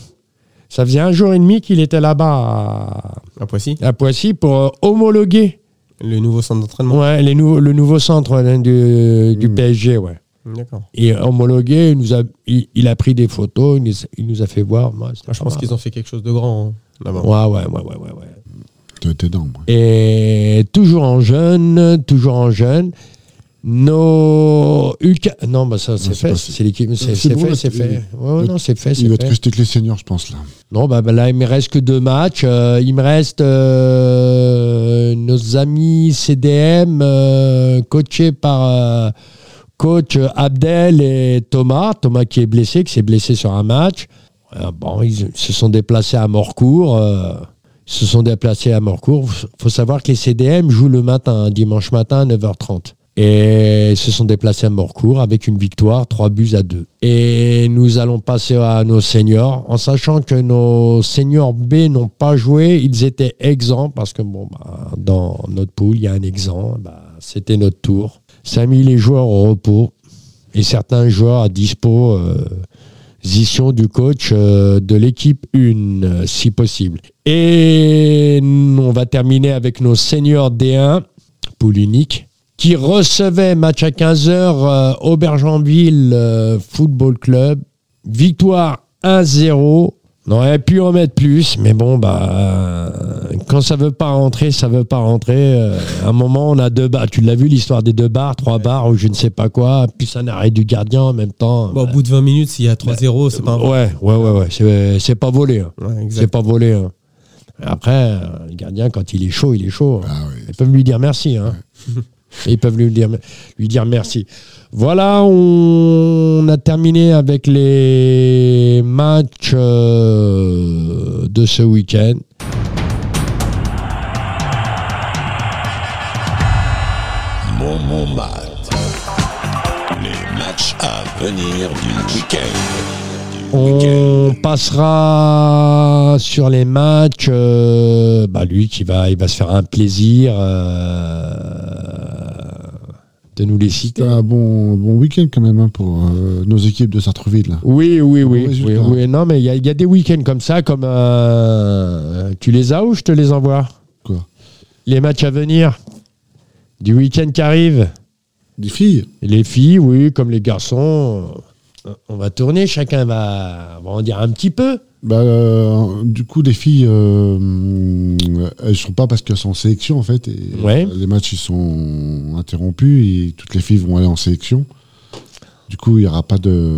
Speaker 2: ça faisait un jour et demi qu'il était là-bas à-
Speaker 5: À Poissy
Speaker 2: à Poissy pour euh, homologuer
Speaker 5: Le nouveau centre d'entraînement.
Speaker 2: Ouais, les nou- le nouveau centre hein, du, du
Speaker 4: Mm.
Speaker 2: PSG, ouais.
Speaker 5: D'accord.
Speaker 2: Et homologué, il nous a, il, il a pris des photos, il nous, il nous a fait voir. Moi,
Speaker 4: Ah,
Speaker 5: Moi, Ah, je pense qu'ils ont fait quelque chose de grand hein, là-bas.
Speaker 2: Ouais, ouais, ouais, ouais, ouais, ouais.
Speaker 4: T'es t'es dedans, moi.
Speaker 2: Et toujours en jeune, toujours en jeune. Nos UK... Non, bah ça, c'est
Speaker 4: c'est
Speaker 2: fait.
Speaker 4: pas fait.
Speaker 2: C'est l'équipe, c'est
Speaker 4: C'est
Speaker 2: c'est
Speaker 4: bon,
Speaker 2: fait,
Speaker 4: là,
Speaker 2: c'est
Speaker 4: c'est-
Speaker 2: fait. Ouais, ouais,
Speaker 4: le-
Speaker 2: non, c'est fait, c'est
Speaker 4: Il va
Speaker 2: fait.
Speaker 4: te rester que les seniors, je pense, là.
Speaker 2: Non, bah, bah, là, il me reste que deux matchs. Euh, il me reste euh, nos amis CDM, euh, coachés par euh, coach Abdel et Thomas. Thomas qui est blessé, qui s'est blessé sur un match. Euh, bon, ils se sont déplacés à Morcourt. euh, ils se sont déplacés à Morcourt. faut savoir que les CDM jouent le matin, hein, dimanche matin à 9h30. Et ils se sont déplacés à Morcourt avec une victoire, 3 buts à 2. Et nous allons passer à nos seniors, en sachant que nos seniors B n'ont pas joué, ils étaient exempts, parce que bon, bah, dans notre poule, il y a un exempt, bah, c'était notre tour. Ça a mis les joueurs au repos et certains joueurs à dispo. euh, position du coach euh, de l'équipe 1, euh, si possible. Et on va terminer avec nos seniors D1, poule unique, qui recevait match à 15h Aubergenville euh, Football Club. Victoire 1-0. On aurait pu en mettre plus, mais bon, bah, euh, quand ça veut pas rentrer, ça veut pas rentrer. Euh, à un moment, on a deux barres. Tu l'as vu, l'histoire des deux barres, trois barres, ou je ne sais pas quoi, plus un arrêt du gardien en même temps.
Speaker 5: Bon, au
Speaker 2: Bah,
Speaker 5: bout de 20 minutes, s'il y a 3-0, c'est pas un
Speaker 2: Ouais, ouais, ouais, ouais. C'est, c'est pas volé. hein.
Speaker 5: Ouais,
Speaker 2: C'est
Speaker 5: exact.
Speaker 2: pas volé. hein. Après, euh, le gardien, quand il est chaud, il est chaud. hein.
Speaker 4: Ah oui.
Speaker 2: Ils peuvent lui dire merci. hein. Ils peuvent lui dire, lui dire merci. Voilà, on, a terminé avec les matchs euh, de ce week-end.
Speaker 1: Mon mon mat. Les matchs à venir du week-end. Du week-end.
Speaker 2: On passera sur les matchs. euh, bah lui qui va, il va se faire un plaisir euh, de nous les citer.
Speaker 4: T'as un bon, bon week-end, quand même, hein, pour euh, nos équipes de Sartreville, là.
Speaker 2: Oui, oui, oui, oui,
Speaker 4: résultat.
Speaker 2: oui. Non, mais il y, a- il y a des week-ends comme ça, comme euh, tu les as ou je te les envoie
Speaker 4: Quoi
Speaker 2: Les matchs à venir du week-end qui arrive.
Speaker 4: Des filles
Speaker 2: Et Les filles, oui, comme les garçons, euh, on va tourner. Chacun va, va en dire un petit peu.
Speaker 4: Bah, euh, du coup, les filles, euh, elles sont pas parce qu'elles sont en sélection, en fait. Et
Speaker 2: Ouais.
Speaker 4: Les matchs, ils sont interrompus et toutes les filles vont aller en sélection. Du coup, il n'y aura pas de.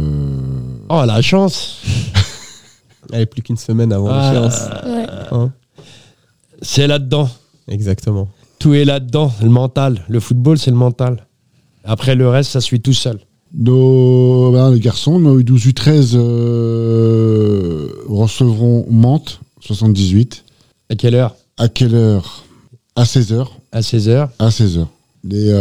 Speaker 2: Oh la chance
Speaker 5: Allez, plus qu'une semaine avant
Speaker 2: Ah,
Speaker 5: l'échéance.
Speaker 3: Ouais.
Speaker 5: hein.
Speaker 2: C'est là-dedans.
Speaker 5: Exactement.
Speaker 2: Tout est là-dedans, le mental. Le football, c'est le mental. Après, le reste, ça suit tout seul.
Speaker 4: Nos, ben, les garçons, nos U12, U13 euh, recevront Mantes, 78.
Speaker 2: À quelle heure
Speaker 4: À quelle heure À 16h.
Speaker 2: À 16h
Speaker 4: À 16h. Les,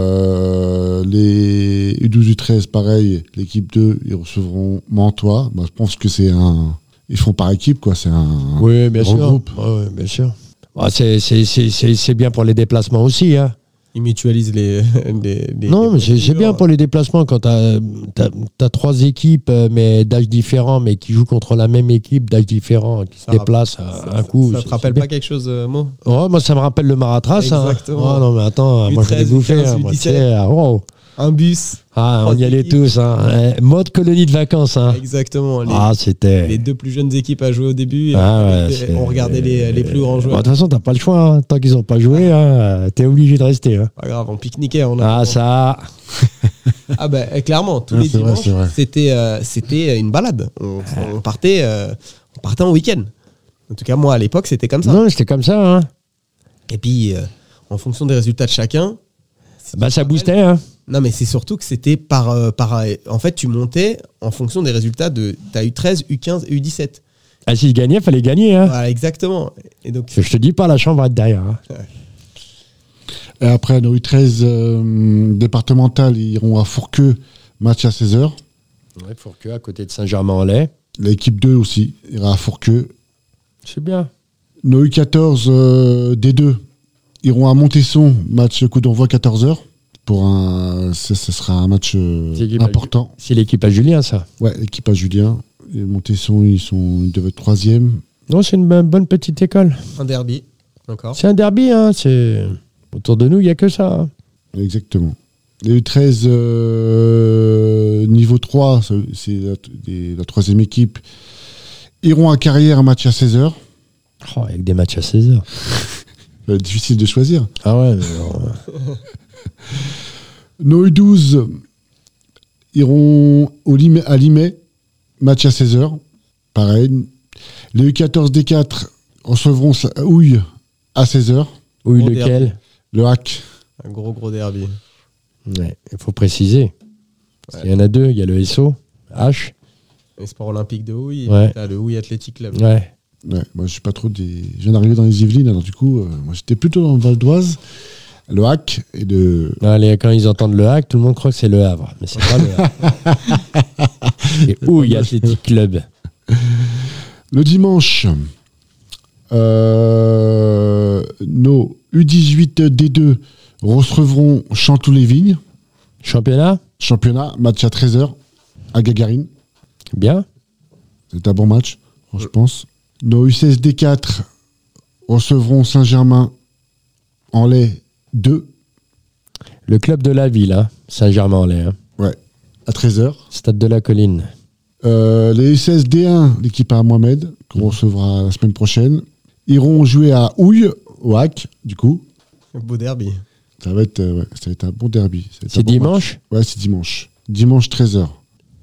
Speaker 4: euh, les U12, U13, pareil, l'équipe 2, ils recevront Mantois. Ben, je pense que c'est un. Ils font par équipe, quoi. C'est un.
Speaker 2: Oui, bien
Speaker 4: Grand
Speaker 2: sûr.
Speaker 4: groupe.
Speaker 2: Ouais, ouais, bien sûr. Ah, c'est- c'est- c'est c'est- c'est bien pour les déplacements aussi. hein.
Speaker 5: Ils mutualisent les. les- les-
Speaker 2: Non,
Speaker 5: les
Speaker 2: mais c'est c'est
Speaker 5: procédures.
Speaker 2: bien pour les déplacements quand tu as, trois équipes euh, mais d'âge différent, mais qui jouent contre la même équipe d'âge différent, qui se
Speaker 5: Ça rapp-
Speaker 2: déplacent
Speaker 5: Ça-
Speaker 2: à
Speaker 5: ça-
Speaker 2: un coup.
Speaker 5: Ça
Speaker 2: c'est-
Speaker 5: te rappelle
Speaker 2: c'est
Speaker 5: pas quelque chose, euh, Mo
Speaker 2: bien. Ouais, moi, ça me rappelle le Maratras. hein.
Speaker 5: Exactement.
Speaker 2: Ouais, non, mais attends, moi, je l'ai
Speaker 5: U13,
Speaker 2: bouffé.
Speaker 5: U15,
Speaker 2: hein, moi, tu
Speaker 5: U17.
Speaker 2: sais, ah, wow.
Speaker 5: Un bus.
Speaker 2: Ah, on y
Speaker 5: Trois
Speaker 2: allait
Speaker 5: équipes.
Speaker 2: tous. hein. Eh, Mode colonie de vacances. hein.
Speaker 5: Exactement. Les,
Speaker 2: Ah, c'était.
Speaker 5: les deux plus jeunes équipes à jouer au début. et
Speaker 2: Ah ouais,
Speaker 5: on était-
Speaker 2: c'est- euh,
Speaker 5: on regardait les, les plus grands
Speaker 2: Bon, De
Speaker 5: joueurs.
Speaker 2: toute façon, t'as pas le choix. hein. Tant qu'ils ont pas joué, hein, t'es obligé de rester. hein.
Speaker 5: Pas grave, on pique-niquait. On a-
Speaker 2: Ah, ça.
Speaker 5: Ah bah, euh, clairement, tous
Speaker 4: Ah,
Speaker 5: les
Speaker 4: c'est vrai,
Speaker 5: dimanches,
Speaker 4: c'est vrai.
Speaker 5: c'était euh, c'était une balade. On,
Speaker 2: Ah.
Speaker 5: on partait euh, on partait en week-end. En tout cas, moi à l'époque, c'était comme ça.
Speaker 2: Non, c'était comme ça. hein.
Speaker 5: Et puis, euh, en fonction des résultats de chacun, si
Speaker 2: Bah,
Speaker 5: tu
Speaker 2: ça
Speaker 5: te rappelles-
Speaker 2: boostait. hein.
Speaker 5: Non, mais c'est surtout que c'était par, euh, par. En fait, tu montais en fonction des résultats de ta U13, U15 et U17.
Speaker 2: Ah, si je gagnais, fallait gagner. hein.
Speaker 5: Voilà, exactement. Et donc,
Speaker 2: Je te dis pas, la chambre va être derrière. hein.
Speaker 4: Et après, nos U13 euh, départementales, ils iront à Fourqueux, match à 16h.
Speaker 2: Ouais, Fourqueux, à côté de Saint-Germain-en-Laye.
Speaker 4: L'équipe 2 aussi ira à Fourqueux.
Speaker 2: C'est bien.
Speaker 4: Nos U14 euh, D2 iront à Montesson, match coup d'envoi 14h. Pour un, ce ce sera un match euh,
Speaker 2: C'est l'équipe à-
Speaker 4: important.
Speaker 2: C'est l'équipe à Julien, ça.
Speaker 4: Ouais, l'équipe à Julien. Et Montesson, ils, sont, ils devaient être troisième.
Speaker 2: Non, c'est une bonne petite école.
Speaker 5: un derby, encore.
Speaker 2: C'est un derby, hein. C'est Autour de nous, il n'y a que ça. hein.
Speaker 4: Exactement. Les U13 euh, niveau 3, ça- c'est la, des- la troisième équipe, iront à carrière un match à 16h.
Speaker 2: Oh, avec des matchs à 16 heures.
Speaker 4: Bah, difficile de choisir.
Speaker 2: Ah ouais, mais alors, euh,
Speaker 4: Nos U12 iront au Lim- à Limay, match à 16h. Pareil. Les U14 D4 recevront sa- Houille à 16h.
Speaker 2: où
Speaker 5: Bon,
Speaker 2: lequel
Speaker 4: Le hack.
Speaker 5: Un gros, gros derby.
Speaker 2: Ouais, Il faut préciser. Il y en a deux, il y a le SO, H.
Speaker 5: Les sports olympiques de Houille,
Speaker 2: Ouais.
Speaker 5: t'as le Houille Athletic Club.
Speaker 2: Ouais.
Speaker 4: Ouais, moi, je suis pas trop des. Je viens d'arriver dans les Yvelines, alors du coup, euh, moi, j'étais plutôt dans le Val d'Oise. Le hack et de.
Speaker 2: Non, les- quand ils entendent le hack, tout le monde croit que c'est le Havre, mais c'est pas le Havre. C'est Houille Athletic Club.
Speaker 4: Le dimanche, euh, nos U18 D2 recevront Chanteloup-les-Vignes,
Speaker 2: Championnat
Speaker 4: championnat, match à 13h à Gagarine.
Speaker 2: Bien.
Speaker 4: C'est un bon match, je pense. Nos U16 D4 recevront Saint-Germain en lait 2
Speaker 2: Le club de la ville, hein, Saint-Germain-en-Laye, hein,
Speaker 4: à 13h.
Speaker 2: stade de la colline.
Speaker 4: Euh, les U16 D1, l'équipe à Mohamed,
Speaker 2: Mhm.
Speaker 4: qu'on recevra la semaine prochaine, iront jouer à Houille, au hack, du coup.
Speaker 5: Beau derby.
Speaker 4: Ça va être, euh, ouais, ça va être un bon derby. ça va être un
Speaker 2: C'est
Speaker 4: bon match.
Speaker 2: dimanche
Speaker 4: Ouais, c'est dimanche. Dimanche 13h.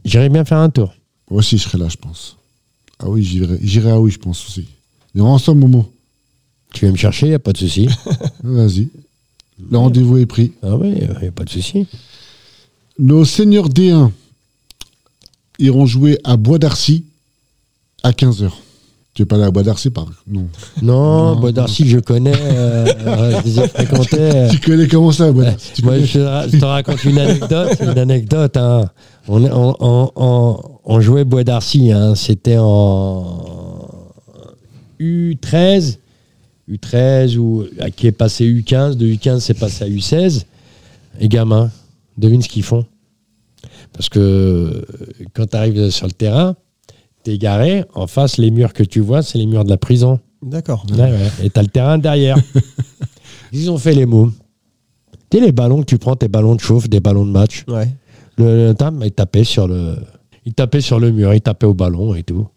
Speaker 2: J'irai bien faire un tour.
Speaker 4: Moi aussi, je serai là, je pense. Ah oui, j'irai j'irai à oui, je pense aussi. On est ensemble, Momo.
Speaker 2: Tu viens me chercher, il a pas de souci.
Speaker 4: Vas-y. Le rendez-vous est pris.
Speaker 2: ah oui, il a pas de souci.
Speaker 4: Nos seniors D1 iront jouer à Bois d'Arcy à 15h. Tu es pas là à Bois d'Arcy, par Non.
Speaker 2: Non,
Speaker 4: Non.
Speaker 2: Bois d'Arcy, je connais. euh, euh, je les ai fréquentés. euh,
Speaker 4: Tu connais comment ça, à Bois d'Arcy Tu
Speaker 2: Eh, Moi,
Speaker 4: connais
Speaker 2: je te, ra- je te raconte une anecdote. Une anecdote hein. on, on- on- on- on jouait Bois d'Arcy. hein. C'était en U13. U13 ou à qui est passé U15. De U15, c'est passé à U16. Et gamins, devine ce qu'ils font. Parce que euh, quand tu arrives sur le terrain, t'es garé. En face, les murs que tu vois, c'est les murs de la prison.
Speaker 5: D'accord.
Speaker 2: Ouais, ouais. Et t'as le terrain derrière. Ils ont fait les mômes. Tu sais, les ballons que tu prends, tes ballons de chauffe, des ballons de match.
Speaker 5: Ouais.
Speaker 2: Le, le tam, il tapait sur le. Il tapait sur le mur, il tapait au ballon et tout.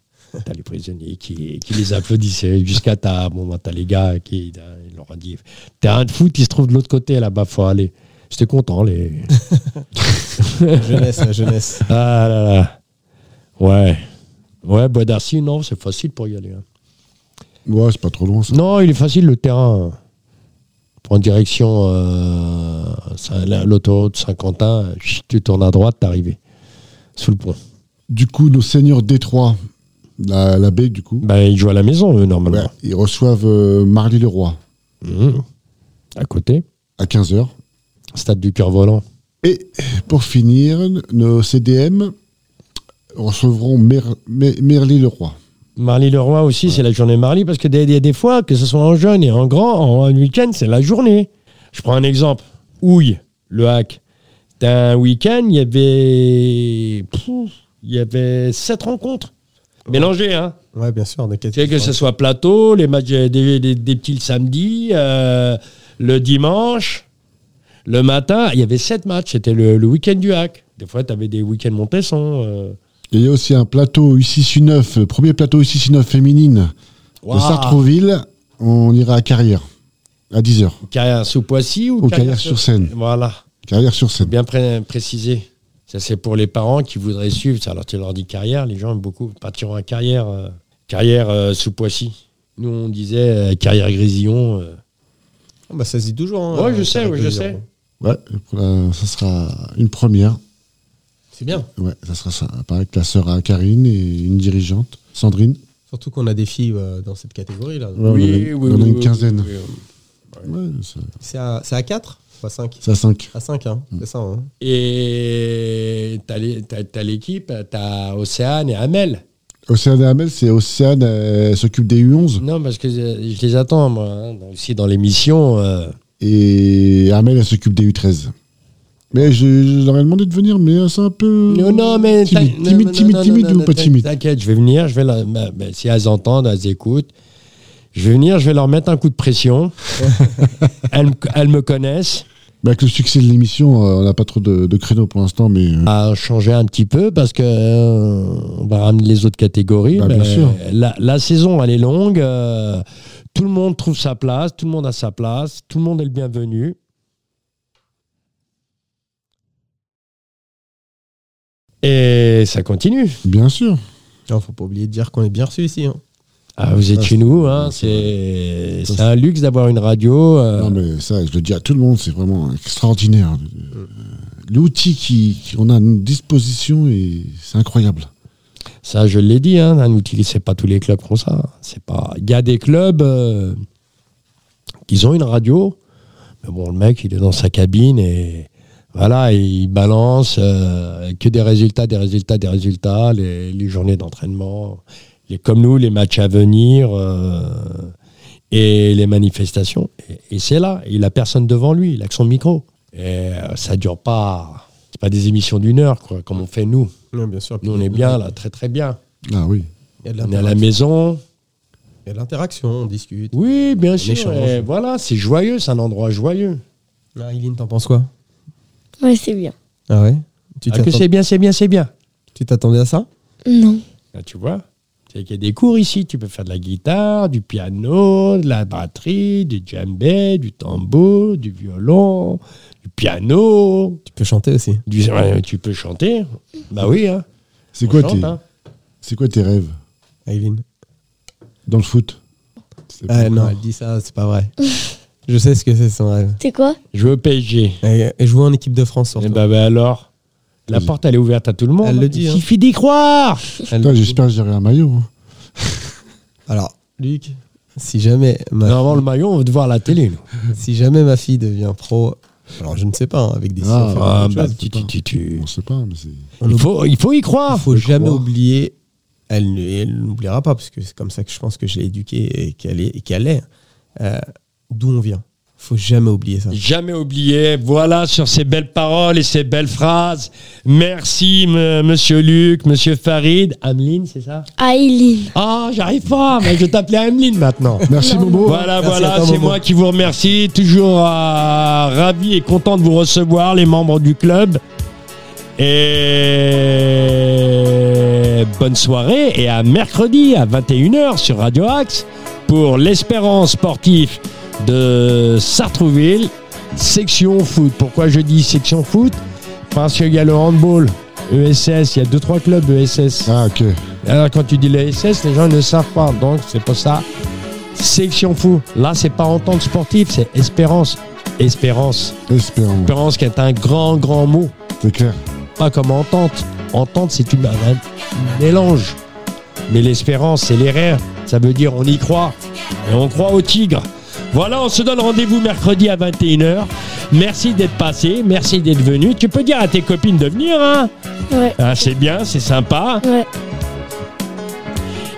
Speaker 2: T'as les prisonniers qui, qui les applaudissaient jusqu'à ta. Bon, bah, t'as les gars qui ils leur ont dit Terrain de foot, il se trouve de l'autre côté là-bas, faut aller. J'étais content, les.
Speaker 5: Jeunesse, la jeunesse.
Speaker 2: Ah là là. Ouais. Ouais, Bois d'Arcy, non, c'est facile pour y aller. hein.
Speaker 4: Ouais, c'est pas trop loin, ça.
Speaker 2: Non, il est facile le terrain. Prends direction euh, Saint- la- l'autoroute Saint-Quentin, chut, tu tournes à droite, t'es arrivé. Sous le pont.
Speaker 4: Du coup, nos seniors D3, la, la baie, du coup,
Speaker 2: Bah, ils jouent à la maison, eux, normalement.
Speaker 4: ouais, ils reçoivent euh, Marly-le-Roi
Speaker 2: Mhm. À côté,
Speaker 4: à 15h.
Speaker 2: stade du cœur volant.
Speaker 4: Et pour finir, nos CDM recevront Mer- Mer- Merly-le-Roi.
Speaker 2: Marly-le-Roi aussi, c'est la journée Marly, parce que des, des, des fois, que ce soit en jeune et en grand, en, en week-end, c'est la journée. Je prends un exemple. Houille, le hack. T'as un week-end, il y avait. Pouf, Il y avait sept rencontres. Mélangées, hein.
Speaker 5: Ouais, bien sûr. De quel
Speaker 2: Tu sais, que ce soit plateau, les matchs euh, des, des- des petits le samedi, euh, le dimanche, le matin, il y avait sept matchs. C'était le, le week-end du hack. Des fois, tu avais des week-ends Montesson. euh.
Speaker 4: Et Il y a aussi un plateau U6U9, le euh, premier plateau U6U9 féminine
Speaker 2: Waouh.
Speaker 4: de Sartrouville. On ira à Carrière à 10h.
Speaker 2: Carrière sous Poissy ou
Speaker 4: Ou Carrière sur Seine.
Speaker 2: Voilà,
Speaker 4: Carrière sur Seine.
Speaker 2: bien pré- précisé. Ça, c'est pour les parents qui voudraient suivre. Ça, alors, tu leur dis carrière. Les gens aiment beaucoup partiront à carrière. euh, carrière euh, sous Poissy. Nous, on disait euh, carrière Grésillon. euh.
Speaker 5: Oh, bah, ça se dit toujours. hein,
Speaker 2: Ouais, je
Speaker 5: euh,
Speaker 2: sais, ouais, je
Speaker 5: deux
Speaker 2: sais.
Speaker 5: euros.
Speaker 4: Ouais, pour la- ça sera une première.
Speaker 5: C'est bien.
Speaker 4: Ouais, ça sera ça. Pareil que la sœur à Karine et une dirigeante, Sandrine.
Speaker 5: Surtout qu'on a des filles euh, dans cette catégorie là.
Speaker 4: Ouais, on en a, on en a une quinzaine.
Speaker 2: oui, oui.
Speaker 4: Ouais, ça-
Speaker 5: C'est à, c'est à 4 Ou à 5
Speaker 4: c'est à 5.
Speaker 5: À 5, hein.
Speaker 2: Mm.
Speaker 5: c'est ça. hein.
Speaker 2: Et t'as les- t'as t'as l'équipe, t'as Océane et Amel.
Speaker 4: Océane et Amel, c'est Océane, elle s'occupe des U11.
Speaker 2: Non, parce que euh, je, je les attends, moi, hein, dans- aussi dans l'émission. euh.
Speaker 4: Et Amel, elle s'occupe des U13. Mais je, je leur ai demandé de venir, mais euh, c'est un peu.
Speaker 2: Non, non, mais t'as-
Speaker 4: Timide,
Speaker 2: non,
Speaker 4: timide,
Speaker 2: non,
Speaker 4: timide,
Speaker 2: non,
Speaker 4: timide
Speaker 2: non,
Speaker 4: ou
Speaker 2: non,
Speaker 4: pas
Speaker 2: t'in-
Speaker 4: timide
Speaker 2: T'inquiète, je vais venir, je vais la- bah, bah, si elles entendent, elles écoutent. Je vais venir, je vais leur mettre un coup de pression. elles, me- elles me connaissent.
Speaker 4: Mais Bah, avec le succès de l'émission, euh, on n'a pas trop de, de créneaux pour l'instant, mais euh,
Speaker 2: à changer un petit peu parce que euh, on va ramener les autres catégories.
Speaker 4: Bah,
Speaker 2: mais
Speaker 4: bien sûr.
Speaker 2: La, la saison, elle est longue. euh, tout le monde trouve sa place, tout le monde a sa place, tout le monde est le bienvenu. Et ça continue.
Speaker 4: bien sûr.
Speaker 5: Non, faut pas oublier de dire qu'on est bien reçu ici. hein.
Speaker 2: Ah, vous êtes
Speaker 5: Ça,
Speaker 2: chez nous, hein,
Speaker 4: ça,
Speaker 2: c'est
Speaker 4: ça,
Speaker 2: c'est un luxe d'avoir une radio. euh,
Speaker 4: Non, mais ça, je le dis à tout le monde, c'est vraiment extraordinaire. Euh, L'outil qui- qu'on a à notre disposition, est- c'est incroyable.
Speaker 2: Ça, je l'ai dit, hein, un outil, c'est pas tous les clubs qui ont ça. hein. C'est pas. Il y a des clubs euh, qui ont une radio, mais bon, le mec, il est dans sa cabine et voilà, et il balance euh, que des résultats, des résultats, des résultats, les, les journées d'entraînement, les comme nous, les matchs à venir euh, et les manifestations. Et, et c'est là, il a personne devant lui, il a que son micro. Et euh, ça dure pas. C'est pas des émissions d'une heure, quoi, comme on fait nous.
Speaker 5: Ouais, bien sûr.
Speaker 2: Nous, on est bien là, très très bien.
Speaker 4: Ah oui.
Speaker 5: Il y a de
Speaker 2: On est à la
Speaker 5: l'interaction.
Speaker 2: maison.
Speaker 5: Il y a de l'interaction, on discute.
Speaker 2: Oui, bien sûr.
Speaker 5: échange.
Speaker 2: et voilà, c'est joyeux, c'est un endroit joyeux.
Speaker 5: Ah, Eileen, t'en penses quoi
Speaker 3: Ouais, c'est bien.
Speaker 5: Ah ouais Tu
Speaker 2: Ah, que
Speaker 5: t'attends-
Speaker 2: c'est bien, c'est bien, c'est bien.
Speaker 5: tu t'attendais à ça
Speaker 3: Non.
Speaker 2: Ah, tu vois Il y a des cours ici, tu peux faire de la guitare, du piano, de la batterie, du djembé, du tambour, du violon, du piano.
Speaker 5: Tu peux chanter aussi.
Speaker 2: Du... ouais, tu peux chanter Bah oui, hein.
Speaker 4: C'est
Speaker 2: on
Speaker 4: quoi,
Speaker 2: chante,
Speaker 4: tes-
Speaker 2: hein.
Speaker 4: c'est quoi tes rêves
Speaker 5: Eileen.
Speaker 4: dans le foot
Speaker 2: Euh,
Speaker 4: C'est
Speaker 5: Ah,
Speaker 4: pas
Speaker 5: non,
Speaker 4: encore.
Speaker 5: elle dit ça, c'est pas vrai. Je sais ce que c'est son rêve.
Speaker 3: C'est quoi
Speaker 2: Je veux au PSG.
Speaker 5: Elle, elle jouait en équipe de France
Speaker 2: Eh
Speaker 5: surtout.
Speaker 2: bah, bah alors La
Speaker 4: Vas-y.
Speaker 2: porte, elle est ouverte à tout le monde.
Speaker 5: Elle le
Speaker 2: hein.
Speaker 5: dit,
Speaker 2: Il
Speaker 5: hein.
Speaker 2: suffit d'y croire
Speaker 5: Elle-
Speaker 4: Putain, J'espère que j'aurai un maillot. hein.
Speaker 5: Alors, Luc, si jamais ma,
Speaker 2: Avant le maillot, on veut te voir à la télé. nous.
Speaker 5: si jamais ma fille devient pro, alors je ne sais pas, hein, avec des
Speaker 4: Ah,
Speaker 5: sillons, enfin,
Speaker 2: Ah,
Speaker 4: autre
Speaker 2: bah,
Speaker 4: chose,
Speaker 2: tu-
Speaker 4: faut
Speaker 2: tu-
Speaker 4: pas.
Speaker 2: tu- tu-
Speaker 4: On sait pas, mais c'est.
Speaker 2: Il faut, il faut y
Speaker 5: il
Speaker 2: croire.
Speaker 5: faut jamais
Speaker 4: croire.
Speaker 5: oublier. Elle ne- elle n'oubliera pas, parce que c'est comme ça que je pense que je l'ai éduquée et qu'elle est. et qu'elle est. Euh, D'où on vient. faut jamais oublier ça.
Speaker 2: Jamais oublié. Voilà sur ces belles paroles et ces belles phrases. Merci, m- monsieur Luc, monsieur Farid. Ameline, c'est ça
Speaker 3: Aileen.
Speaker 2: Ah, j'arrive pas, mais je vais t'appeler Ameline maintenant.
Speaker 4: Merci, Bobo.
Speaker 2: Voilà,
Speaker 5: Merci à
Speaker 2: voilà,
Speaker 5: toi,
Speaker 2: c'est
Speaker 5: Momo.
Speaker 2: moi qui vous remercie. Toujours euh, ravi et content de vous recevoir, les membres du club. Et bonne soirée et à mercredi à 21h sur Radio Axe pour l'espérance sportive de Sartrouville, section foot. Pourquoi je dis section foot Parce qu'il y a le handball, ESS, il y a deux trois clubs E ESS.
Speaker 4: Ah, ok.
Speaker 2: Alors quand tu dis le SS, les gens ne le savent pas, donc c'est pas ça. Section fou. Là, c'est pas en tant que sportif, c'est espérance. Espérance.
Speaker 4: Espérons.
Speaker 2: Espérance qui est un grand, grand mot.
Speaker 4: C'est clair.
Speaker 2: Pas comme entente. Entente, c'est une- un mélange. Mais l'espérance, c'est les rêves. Ça veut dire on y croit. Et on croit au tigre. Voilà, on se donne rendez-vous mercredi à 21h. Merci d'être passé, merci d'être venu. Tu peux dire à tes copines de venir, hein
Speaker 3: Ouais.
Speaker 2: Ah, C'est bien, c'est sympa.
Speaker 3: Ouais.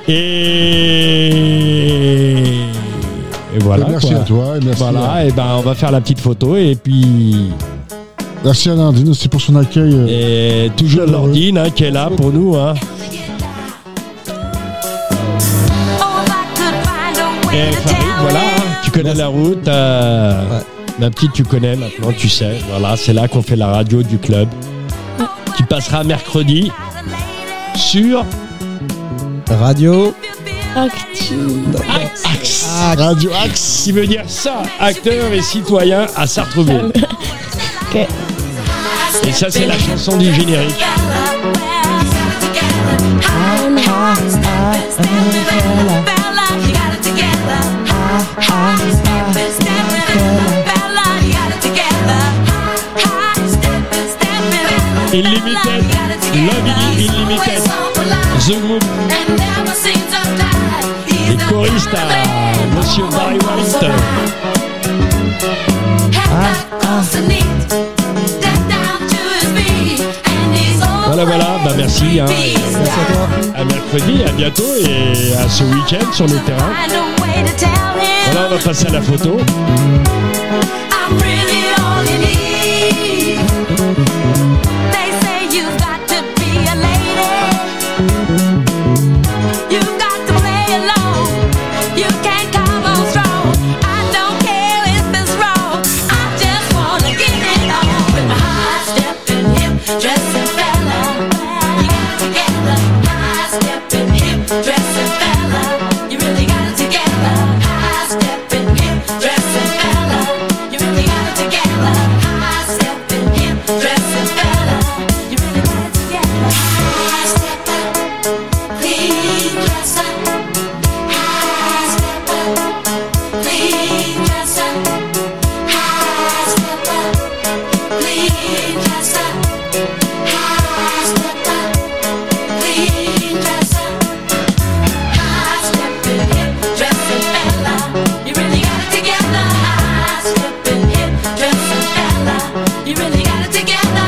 Speaker 2: Et, et voilà.
Speaker 4: Et merci
Speaker 2: quoi.
Speaker 4: à toi. Et merci, à...
Speaker 2: Voilà, et ben on va faire la petite photo et puis
Speaker 4: merci à Nardine aussi pour son accueil. euh,
Speaker 2: et toujours
Speaker 4: Chaleureux.
Speaker 2: l'ordine hein, qui est là pour nous. hein. Et Eh, Farid, voilà, hein, tu connais
Speaker 5: Merci.
Speaker 2: la route. euh,
Speaker 5: Ouais.
Speaker 2: Ma petite, tu connais maintenant, tu sais. Voilà, c'est là qu'on fait la radio du club qui passera mercredi sur
Speaker 5: Radio.
Speaker 3: Active.
Speaker 2: Axe,
Speaker 5: Ah.
Speaker 4: Radio Axe.
Speaker 2: qui veut dire ça, acteur et citoyen à Sartreville. Et ça, c'est la chanson du générique.
Speaker 6: Illimited, Love It Illimited.
Speaker 2: The Group.
Speaker 6: Les choristes à Monsieur Barry White. Voilà, voilà, bah merci. Hein, et
Speaker 2: Merci à toi. À mercredi, à bientôt et à ce week-end sur le terrain. Voilà, on va passer à la photo.
Speaker 6: You got to play alone. You can't call Ricasa, hastata, ricasa, high-stepping, hip-dressing fella. You really got it together. High-stepping, hip-dressing fella. You really got it together.